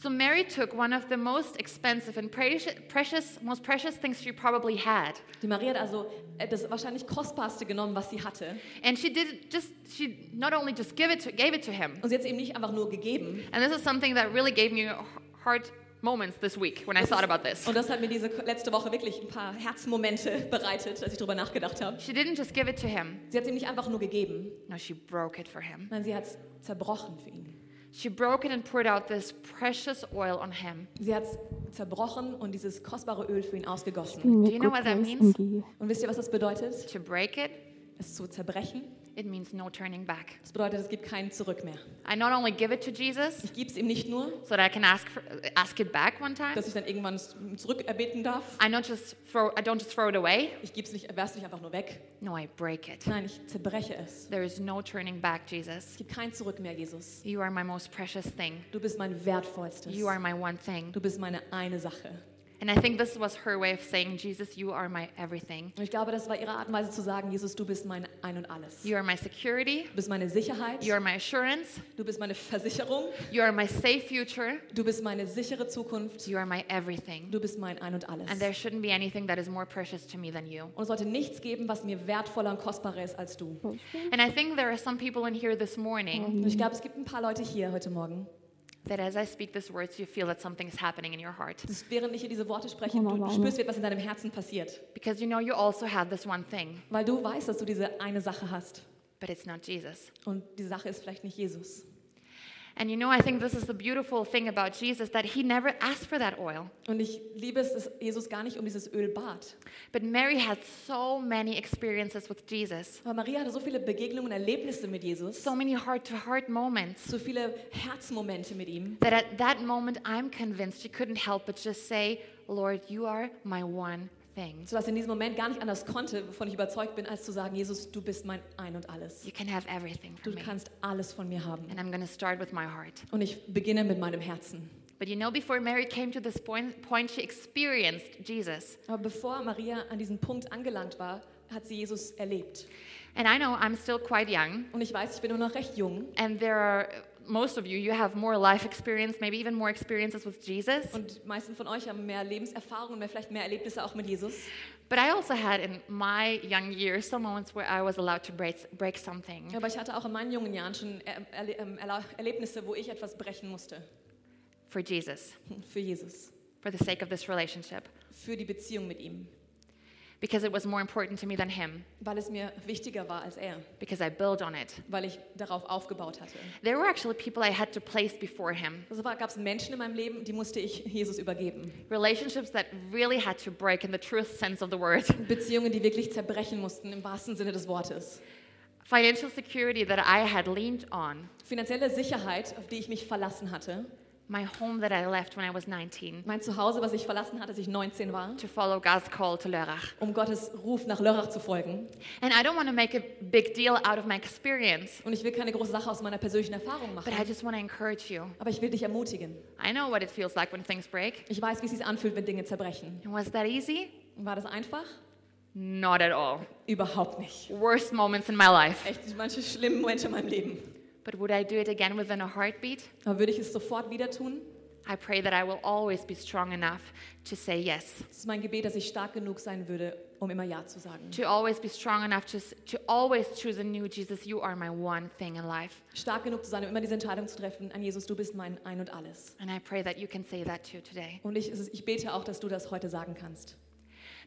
[SPEAKER 1] So Mary took one of the most expensive and precious, precious most precious things she probably had.
[SPEAKER 2] Die Maria hat also äh, das wahrscheinlich kostbarste genommen, was sie hatte.
[SPEAKER 1] And she did just she not only just give it to, gave it to him,
[SPEAKER 2] Und sie hat es ihm nicht einfach nur gegeben.
[SPEAKER 1] And this is something that really gave me h- hard moments this week when I thought about this.
[SPEAKER 2] Und das hat mir diese letzte Woche wirklich ein paar Herzmomente bereitet, als ich darüber nachgedacht habe.
[SPEAKER 1] She didn't just give it to him,
[SPEAKER 2] Sie hat es ihm nicht einfach nur gegeben,
[SPEAKER 1] no, she broke it for him.
[SPEAKER 2] nein, sie hat es zerbrochen für ihn.
[SPEAKER 1] She broke it and poured out this precious oil on him.
[SPEAKER 2] Sie hat es zerbrochen und dieses kostbare Öl für ihn ausgegossen.
[SPEAKER 1] Do you know what that means?
[SPEAKER 2] Und wisst ihr, was das bedeutet?
[SPEAKER 1] To break it,
[SPEAKER 2] Es zu zerbrechen.
[SPEAKER 1] it means no turning back.
[SPEAKER 2] Das bedeutet, es gibt kein Zurück mehr.
[SPEAKER 1] I not only give it to Jesus
[SPEAKER 2] Ich gebe es ihm nicht nur,
[SPEAKER 1] so that I can ask for, ask it back one time.
[SPEAKER 2] dass ich dann irgendwann es zurückerbeten darf.
[SPEAKER 1] I not just throw I don't just throw it away.
[SPEAKER 2] Ich gebe es nicht, werfe es nicht einfach nur weg.
[SPEAKER 1] No, I break it.
[SPEAKER 2] Nein, ich zerbreche es.
[SPEAKER 1] There is no turning back,
[SPEAKER 2] Es
[SPEAKER 1] Jesus.
[SPEAKER 2] gibt kein Zurück mehr, Jesus.
[SPEAKER 1] You are my most precious thing.
[SPEAKER 2] Du bist mein wertvollstes.
[SPEAKER 1] You are my one thing.
[SPEAKER 2] Du bist meine eine Sache.
[SPEAKER 1] And I think this was her way of saying, Jesus, you are my everything.
[SPEAKER 2] Und ich glaube, das war ihre Art und Weise zu sagen, Jesus, du bist mein Ein und Alles.
[SPEAKER 1] You are my security.
[SPEAKER 2] Du bist meine Sicherheit.
[SPEAKER 1] You are my assurance.
[SPEAKER 2] Du bist meine Versicherung.
[SPEAKER 1] You are my safe future.
[SPEAKER 2] Du bist meine sichere Zukunft.
[SPEAKER 1] You are my everything.
[SPEAKER 2] Du bist mein Ein und Alles.
[SPEAKER 1] And there shouldn't be anything that is more precious to me than you.
[SPEAKER 2] Und es sollte nichts geben, was mir wertvoller und kostbarer ist als du. Und
[SPEAKER 1] And I think there are some people in here this morning
[SPEAKER 2] ich glaube, es gibt ein paar Leute hier heute Morgen,
[SPEAKER 1] that as I speak these words, you feel that something is happening in your heart.
[SPEAKER 2] das, während ich hier diese Worte spreche, du, du spürst, wie etwas in deinem Herzen passiert.
[SPEAKER 1] Because you know you also have this one thing,
[SPEAKER 2] Weil du weißt, dass du diese eine Sache hast.
[SPEAKER 1] but it's not Jesus.
[SPEAKER 2] Und die Sache ist vielleicht nicht Jesus.
[SPEAKER 1] And you know, I think this is the beautiful thing about Jesus that he never asked for that oil.
[SPEAKER 2] Und ich liebe es, dass Jesus gar nicht um dieses Öl bat.
[SPEAKER 1] But Mary had so many experiences with Jesus,
[SPEAKER 2] Aber Maria hatte so viele Begegnungen und Erlebnisse mit Jesus,
[SPEAKER 1] so many heart to heart moments,
[SPEAKER 2] so viele Herzmomente mit ihm,
[SPEAKER 1] that at that moment I'm convinced she couldn't help but just say, Lord, you are my one thing.
[SPEAKER 2] sodass sie in diesem Moment gar nicht anders konnte, wovon ich überzeugt bin, als zu sagen, Jesus, du bist mein Ein und Alles.
[SPEAKER 1] You can have everything for
[SPEAKER 2] Du
[SPEAKER 1] me.
[SPEAKER 2] kannst alles von mir haben.
[SPEAKER 1] And I'm going to start with my heart.
[SPEAKER 2] Und ich beginne mit meinem Herzen.
[SPEAKER 1] But you know, before Mary came to this point, point she experienced Jesus.
[SPEAKER 2] Aber bevor Maria an diesem Punkt angelangt war, hat sie Jesus erlebt.
[SPEAKER 1] And I know I'm still quite young,
[SPEAKER 2] Und ich weiß, ich bin nur noch recht jung.
[SPEAKER 1] and there are most of you, you have more life experience, maybe even more experiences with Jesus.
[SPEAKER 2] Und die meisten von euch haben mehr Lebenserfahrung und mehr, vielleicht mehr Erlebnisse auch mit Jesus.
[SPEAKER 1] But I also had in my young years some moments where I was allowed to break, break something.
[SPEAKER 2] Aber ich hatte auch in meinen jungen Jahren schon er erle ähm, erla- Erlebnisse, wo ich etwas brechen musste.
[SPEAKER 1] for Jesus,
[SPEAKER 2] Für Jesus.
[SPEAKER 1] for the sake of this relationship,
[SPEAKER 2] Für die Beziehung mit ihm.
[SPEAKER 1] because it was more important to me than him,
[SPEAKER 2] Weil es mir wichtiger war als er.
[SPEAKER 1] because I built on it.
[SPEAKER 2] Weil ich darauf aufgebaut hatte.
[SPEAKER 1] There were actually people I had to place before him,
[SPEAKER 2] Also gab es Menschen in meinem Leben, die musste ich Jesus übergeben.
[SPEAKER 1] relationships that really had to break in the truest sense of the word,
[SPEAKER 2] Beziehungen, die wirklich zerbrechen mussten, im wahrsten Sinne des Wortes.
[SPEAKER 1] financial security that I had leaned on,
[SPEAKER 2] Finanzielle Sicherheit, auf die ich mich verlassen hatte.
[SPEAKER 1] my home that I left when I was 19
[SPEAKER 2] Mein Zuhause, was ich verlassen hatte, als ich 19 war,
[SPEAKER 1] to follow God's call to Lörrach.
[SPEAKER 2] um Gottes Ruf nach Lörrach zu folgen.
[SPEAKER 1] And I don't want to make a big deal out of my experience,
[SPEAKER 2] Und ich will keine große Sache aus meiner persönlichen Erfahrung
[SPEAKER 1] but I
[SPEAKER 2] machen.
[SPEAKER 1] just want to encourage you.
[SPEAKER 2] Aber ich will dich ermutigen.
[SPEAKER 1] I know what it feels like when things break.
[SPEAKER 2] Ich weiß, wie es sich anfühlt, wenn Dinge zerbrechen.
[SPEAKER 1] And was that easy?
[SPEAKER 2] Und War das einfach?
[SPEAKER 1] Not at all.
[SPEAKER 2] Überhaupt nicht.
[SPEAKER 1] Worst moments in my life.
[SPEAKER 2] Echt manche schlimmen Momente in meinem Leben.
[SPEAKER 1] But would I do it again within a heartbeat?
[SPEAKER 2] Aber würde ich es sofort wieder tun?
[SPEAKER 1] I pray that I will always be strong enough to say yes,
[SPEAKER 2] Es ist mein Gebet, dass ich stark genug sein würde, um immer Ja zu sagen.
[SPEAKER 1] to always be strong enough to, s- to always choose a new Jesus. You are my one thing in life.
[SPEAKER 2] Stark genug zu sein, um immer diese Entscheidung zu treffen, an Jesus, du bist mein Ein und Alles.
[SPEAKER 1] And I pray that you can say that too today.
[SPEAKER 2] Und ich, es ist- ich bete auch, dass du das heute sagen kannst.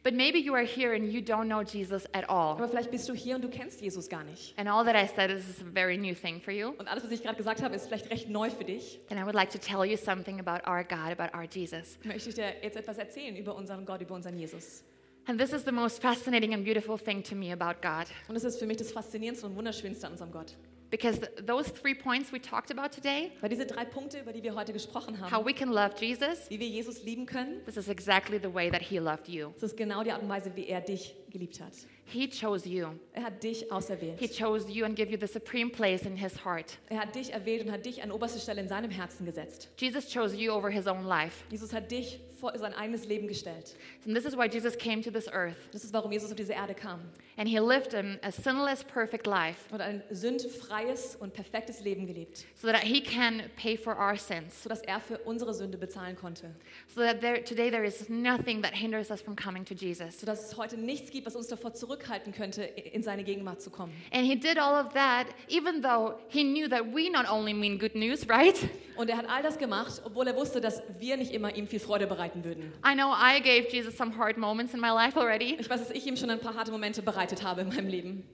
[SPEAKER 1] But maybe you are here and you don't know Jesus at all.
[SPEAKER 2] Aber vielleicht bist du hier und du kennst Jesus gar nicht.
[SPEAKER 1] And all that I said is a very new thing for you.
[SPEAKER 2] Und alles, was ich gerade gesagt habe, ist vielleicht recht neu für dich.
[SPEAKER 1] Then I would like to tell you something about our God, about our Jesus.
[SPEAKER 2] Möchte ich dir jetzt etwas erzählen über unseren Gott, über unseren Jesus.
[SPEAKER 1] And this is the most fascinating and beautiful thing to me about God.
[SPEAKER 2] Und das ist für mich das Faszinierendste und Wunderschönste an unserem Gott.
[SPEAKER 1] Because th- those three points we talked about today,
[SPEAKER 2] Weil diese drei Punkte, über die wir heute gesprochen
[SPEAKER 1] how
[SPEAKER 2] haben,
[SPEAKER 1] we can love Jesus,
[SPEAKER 2] wie wir Jesus lieben können,
[SPEAKER 1] this is exactly the way that he loved you.
[SPEAKER 2] das ist genau die Art und Weise, wie er dich geliebt hat.
[SPEAKER 1] He chose you.
[SPEAKER 2] Er hat dich
[SPEAKER 1] He
[SPEAKER 2] auserwählt.
[SPEAKER 1] chose you and gave you the supreme place in his heart.
[SPEAKER 2] Er hat dich erwählt und hat dich an oberste Stelle in seinem Herzen gesetzt.
[SPEAKER 1] Jesus chose you over his own life.
[SPEAKER 2] Jesus hat dich vor sein eigenes Leben gestellt.
[SPEAKER 1] And this is why Jesus came to this earth.
[SPEAKER 2] Das ist, warum Jesus auf diese Erde kam
[SPEAKER 1] And he lived an, a sinless, perfect life
[SPEAKER 2] und ein sündfreies und perfektes Leben gelebt,
[SPEAKER 1] so that he can pay for our sins.
[SPEAKER 2] sodass er für unsere Sünde bezahlen konnte.
[SPEAKER 1] So that there, today there is nothing that hinders us from coming to Jesus.
[SPEAKER 2] sodass es heute nichts gibt, was uns davor zurückhalten könnte, in seine Gegenwart zu kommen.
[SPEAKER 1] And he did all of that even though he knew that we not only mean good news, right?
[SPEAKER 2] Und er hat all das gemacht, obwohl er wusste, dass wir nicht immer ihm viel Freude bereiten würden.
[SPEAKER 1] I know I gave Jesus some hard moments in my life already,
[SPEAKER 2] Ich weiß, dass ich ihm schon ein paar harte Momente bereitet habe in meinem Leben.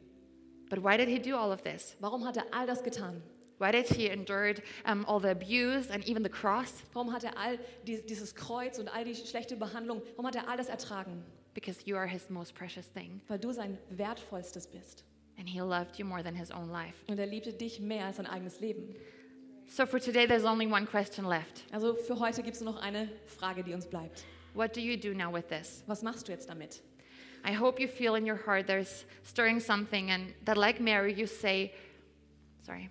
[SPEAKER 1] but why did he do all of this?
[SPEAKER 2] Warum hat er all das getan?
[SPEAKER 1] Why did he endure um, all the abuse and even the cross?
[SPEAKER 2] Warum hat er all dies- dieses Kreuz und all die schlechte Behandlung, warum hat er all das ertragen?
[SPEAKER 1] Because you are his most precious thing,
[SPEAKER 2] Weil du sein Wertvollstes bist.
[SPEAKER 1] and he loved you more than his own life.
[SPEAKER 2] Und er liebte dich mehr als sein eigenes Leben.
[SPEAKER 1] So for today, there's only one question left.
[SPEAKER 2] Also für heute gibt es nur noch eine Frage, die uns bleibt.
[SPEAKER 1] What do you do now with this?
[SPEAKER 2] Was machst du jetzt damit?
[SPEAKER 1] I hope you feel in your heart there's stirring something, and that, like Mary, you say, Sorry,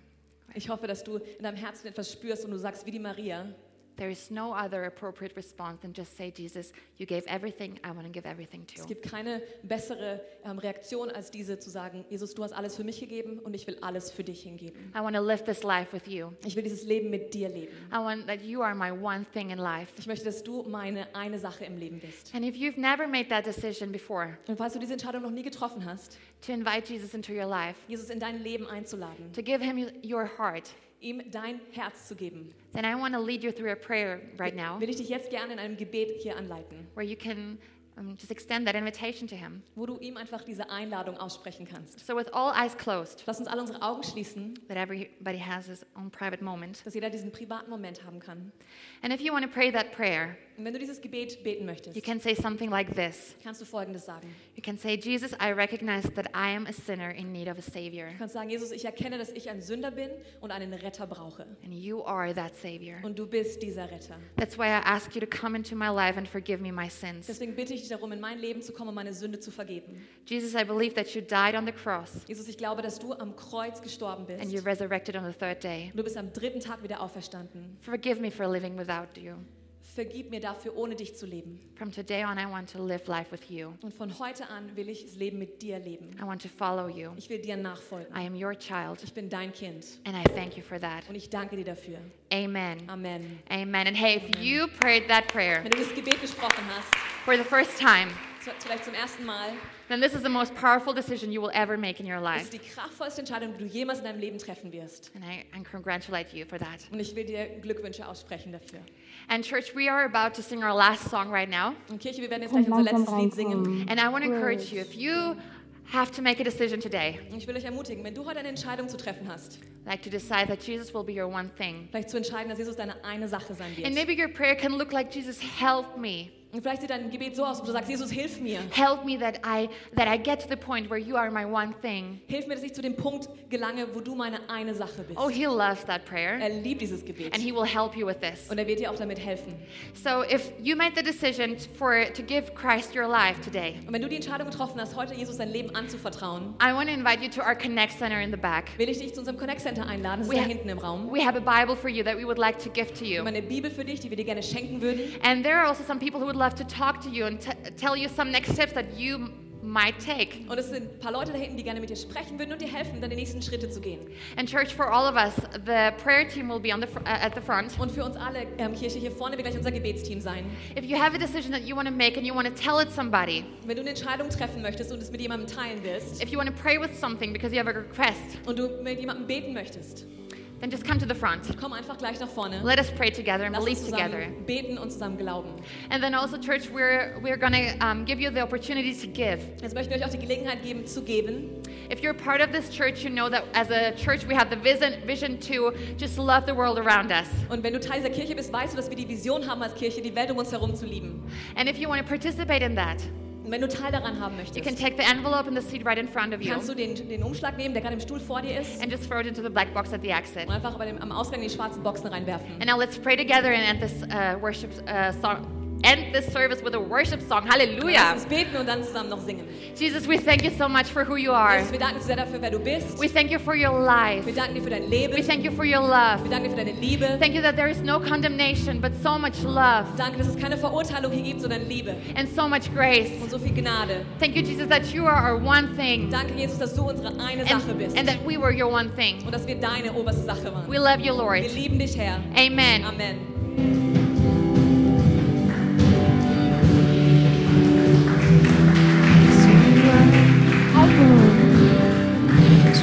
[SPEAKER 2] Ich hoffe, dass du in deinem Herzen etwas spürst und du sagst, wie die Maria,
[SPEAKER 1] there is no other appropriate response than just say, Jesus, you gave everything, I want to give everything
[SPEAKER 2] es
[SPEAKER 1] to.
[SPEAKER 2] gibt keine bessere ähm, Reaktion als diese zu sagen, Jesus, du hast alles für mich gegeben und ich will alles für dich hingeben.
[SPEAKER 1] I want to live this life with you.
[SPEAKER 2] Ich will dieses Leben mit dir leben.
[SPEAKER 1] I want that you are my one thing in life.
[SPEAKER 2] Ich möchte, dass du meine eine Sache im Leben bist.
[SPEAKER 1] And if you've never made that decision before
[SPEAKER 2] Und falls du diese Entscheidung noch nie getroffen hast,
[SPEAKER 1] to invite Jesus into your life,
[SPEAKER 2] Jesus in dein Leben einzuladen,
[SPEAKER 1] to give him your heart,
[SPEAKER 2] ihm dein Herz zu geben,
[SPEAKER 1] then I want to lead you through a prayer right now
[SPEAKER 2] will ich dich jetzt gerne in einem Gebet hier anleiten,
[SPEAKER 1] where you can um, just extend that invitation to him.
[SPEAKER 2] wo du ihm einfach diese Einladung aussprechen kannst.
[SPEAKER 1] So, with all eyes closed,
[SPEAKER 2] Lass uns alle unsere Augen schließen,
[SPEAKER 1] that everybody has his own private moment.
[SPEAKER 2] dass jeder diesen privaten Moment haben kann.
[SPEAKER 1] And if you want to pray that prayer,
[SPEAKER 2] Und wenn du dieses Gebet beten möchtest,
[SPEAKER 1] you can say something like this
[SPEAKER 2] kannst du Folgendes sagen.
[SPEAKER 1] You can say, Jesus, I recognize that I am a sinner in need of a Savior,
[SPEAKER 2] Du kannst sagen, Jesus, ich erkenne, dass ich ein Sünder bin und einen Retter brauche.
[SPEAKER 1] and you are that Savior.
[SPEAKER 2] Und du bist dieser Retter.
[SPEAKER 1] That's why I ask you to come into my life and forgive me my sins.
[SPEAKER 2] Deswegen bitte ich dich darum, in mein Leben zu kommen, um meine Sünde zu vergeben.
[SPEAKER 1] Jesus, I believe that you died on the cross
[SPEAKER 2] Jesus, ich glaube, dass du am Kreuz gestorben bist.
[SPEAKER 1] and you
[SPEAKER 2] Und
[SPEAKER 1] resurrected on the third day.
[SPEAKER 2] du bist am dritten Tag wieder auferstanden.
[SPEAKER 1] Forgive me for living without you.
[SPEAKER 2] Vergib mir dafür, ohne dich zu leben.
[SPEAKER 1] From today on, I want to live life with you.
[SPEAKER 2] Und von heute an will ich das Leben mit dir leben.
[SPEAKER 1] I want to follow you.
[SPEAKER 2] Ich will dir nachfolgen.
[SPEAKER 1] I am your child,
[SPEAKER 2] Ich bin dein Kind.
[SPEAKER 1] and I thank you for that.
[SPEAKER 2] Und ich danke dir dafür.
[SPEAKER 1] Amen.
[SPEAKER 2] Amen.
[SPEAKER 1] Amen. And hey, if you prayed that prayer
[SPEAKER 2] Wenn du das Gebet gesprochen hast,
[SPEAKER 1] for the first time,
[SPEAKER 2] zu- vielleicht zum ersten Mal,
[SPEAKER 1] then this is the most powerful decision you will ever make in your
[SPEAKER 2] das
[SPEAKER 1] life.
[SPEAKER 2] ist die kraftvollste Entscheidung, die du jemals in deinem Leben treffen wirst.
[SPEAKER 1] And I and congratulate you for that.
[SPEAKER 2] Und ich will dir Glückwünsche aussprechen dafür.
[SPEAKER 1] And, church, we are about to sing our last song right now.
[SPEAKER 2] Und Kirche, wir werden jetzt
[SPEAKER 3] Kommt
[SPEAKER 2] gleich unser
[SPEAKER 3] langsam
[SPEAKER 2] letztes Lied singen.
[SPEAKER 3] reinkommen.
[SPEAKER 1] And I want to encourage you if you have to make a decision today,
[SPEAKER 2] Und ich will euch ermutigen, wenn du heute eine Entscheidung zu treffen hast,
[SPEAKER 1] like to decide that Jesus will be your one thing.
[SPEAKER 2] vielleicht zu entscheiden, dass Jesus deine eine Sache sein
[SPEAKER 1] And
[SPEAKER 2] wird.
[SPEAKER 1] maybe your prayer can look like Jesus, help me.
[SPEAKER 2] Und vielleicht sieht dein Gebet so aus, dass du sagst, Jesus, hilf mir.
[SPEAKER 1] Help me that I that I get to the point where you are my one thing.
[SPEAKER 2] Hilf mir, dass ich zu dem Punkt gelange, wo du meine eine Sache bist.
[SPEAKER 1] Oh, he loves that prayer
[SPEAKER 2] Er liebt dieses Gebet.
[SPEAKER 1] and he will help you with this.
[SPEAKER 2] Und er wird dir auch damit helfen.
[SPEAKER 1] So if you made the decision for to give Christ your life today,
[SPEAKER 2] Und wenn du die Entscheidung getroffen hast, heute Jesus dein Leben anzuvertrauen,
[SPEAKER 1] I want to invite you to our Connect Center in the back.
[SPEAKER 2] will ich dich zu unserem Connect Center einladen. Das ist
[SPEAKER 1] We
[SPEAKER 2] da
[SPEAKER 1] ha-
[SPEAKER 2] hinten im Raum. Wir
[SPEAKER 1] We have a Bible for you that we would like to give to
[SPEAKER 2] haben
[SPEAKER 1] you.
[SPEAKER 2] eine Bibel für dich, die wir dir gerne schenken würden.
[SPEAKER 1] And there are also some people who would love to talk to you and t- tell you some next steps that you m- might take.
[SPEAKER 2] Und es sind ein paar Leute da hinten, die gerne mit dir sprechen würden und dir helfen, deine nächsten Schritte zu gehen.
[SPEAKER 1] And church, for all of us, the prayer team will be on the fr- uh, at the front.
[SPEAKER 2] Und für uns alle, ähm, Kirche, hier vorne wird gleich unser Gebetsteam sein.
[SPEAKER 1] If you have a decision that you want to make and you want to tell it somebody,
[SPEAKER 2] Wenn du eine Entscheidung treffen möchtest und es mit jemandem teilen willst
[SPEAKER 1] If you want to pray with something because you have a request,
[SPEAKER 2] und du mit jemandem beten möchtest,
[SPEAKER 1] then just come to the front.
[SPEAKER 2] komm einfach gleich nach vorne.
[SPEAKER 1] Let us pray together and
[SPEAKER 2] Lass
[SPEAKER 1] believe
[SPEAKER 2] uns
[SPEAKER 1] together.
[SPEAKER 2] zusammen beten und zusammen glauben.
[SPEAKER 1] And then also, church, we're we're gonna um, give you the opportunity to give.
[SPEAKER 2] Jetzt möchten wir euch auch die Gelegenheit geben, zu geben.
[SPEAKER 1] If you're part of this church, you know that as a church we have the vision vision to just love the world around us.
[SPEAKER 2] Und wenn du Teil dieser Kirche bist, weißt du, dass wir die Vision haben als Kirche, die Welt um uns herum zu lieben.
[SPEAKER 1] And if you want to participate in that,
[SPEAKER 2] Und wenn du Teil daran haben
[SPEAKER 1] you can
[SPEAKER 2] möchtest,
[SPEAKER 1] take the envelope and the seat right in front of you
[SPEAKER 2] kannst du den, den Umschlag nehmen, der gerade im Stuhl vor dir ist,
[SPEAKER 1] and just throw it into the black box at the exit.
[SPEAKER 2] und einfach bei dem, am Ausgang in die schwarzen Boxen reinwerfen.
[SPEAKER 1] And now let's pray together and end this uh, worship uh, song, end this service with a worship song.
[SPEAKER 2] Lass
[SPEAKER 1] Hallelujah!
[SPEAKER 2] uns beten und dann zusammen noch singen.
[SPEAKER 1] Jesus, we thank you so much for who you are.
[SPEAKER 2] Jesus, wir danken dir sehr dafür, wer du bist.
[SPEAKER 1] We thank you for your
[SPEAKER 2] Wir
[SPEAKER 1] life.
[SPEAKER 2] danken dir für dein Leben.
[SPEAKER 1] We
[SPEAKER 2] Wir
[SPEAKER 1] thank you for your love.
[SPEAKER 2] danken dir für deine Liebe.
[SPEAKER 1] Thank you that there is no condemnation, but so much love
[SPEAKER 2] Danke, dass es keine Verurteilung hier gibt, sondern Liebe
[SPEAKER 1] and so much grace.
[SPEAKER 2] und so viel Gnade.
[SPEAKER 1] Thank you, Jesus, that you are our one thing
[SPEAKER 2] Danke, Jesus, dass du unsere eine
[SPEAKER 1] and,
[SPEAKER 2] Sache bist
[SPEAKER 1] and
[SPEAKER 2] und
[SPEAKER 1] that we were your one thing.
[SPEAKER 2] dass wir deine oberste Sache waren.
[SPEAKER 1] We love you,
[SPEAKER 2] Wir
[SPEAKER 1] Lord.
[SPEAKER 2] lieben dich, Herr.
[SPEAKER 1] Amen.
[SPEAKER 2] Amen.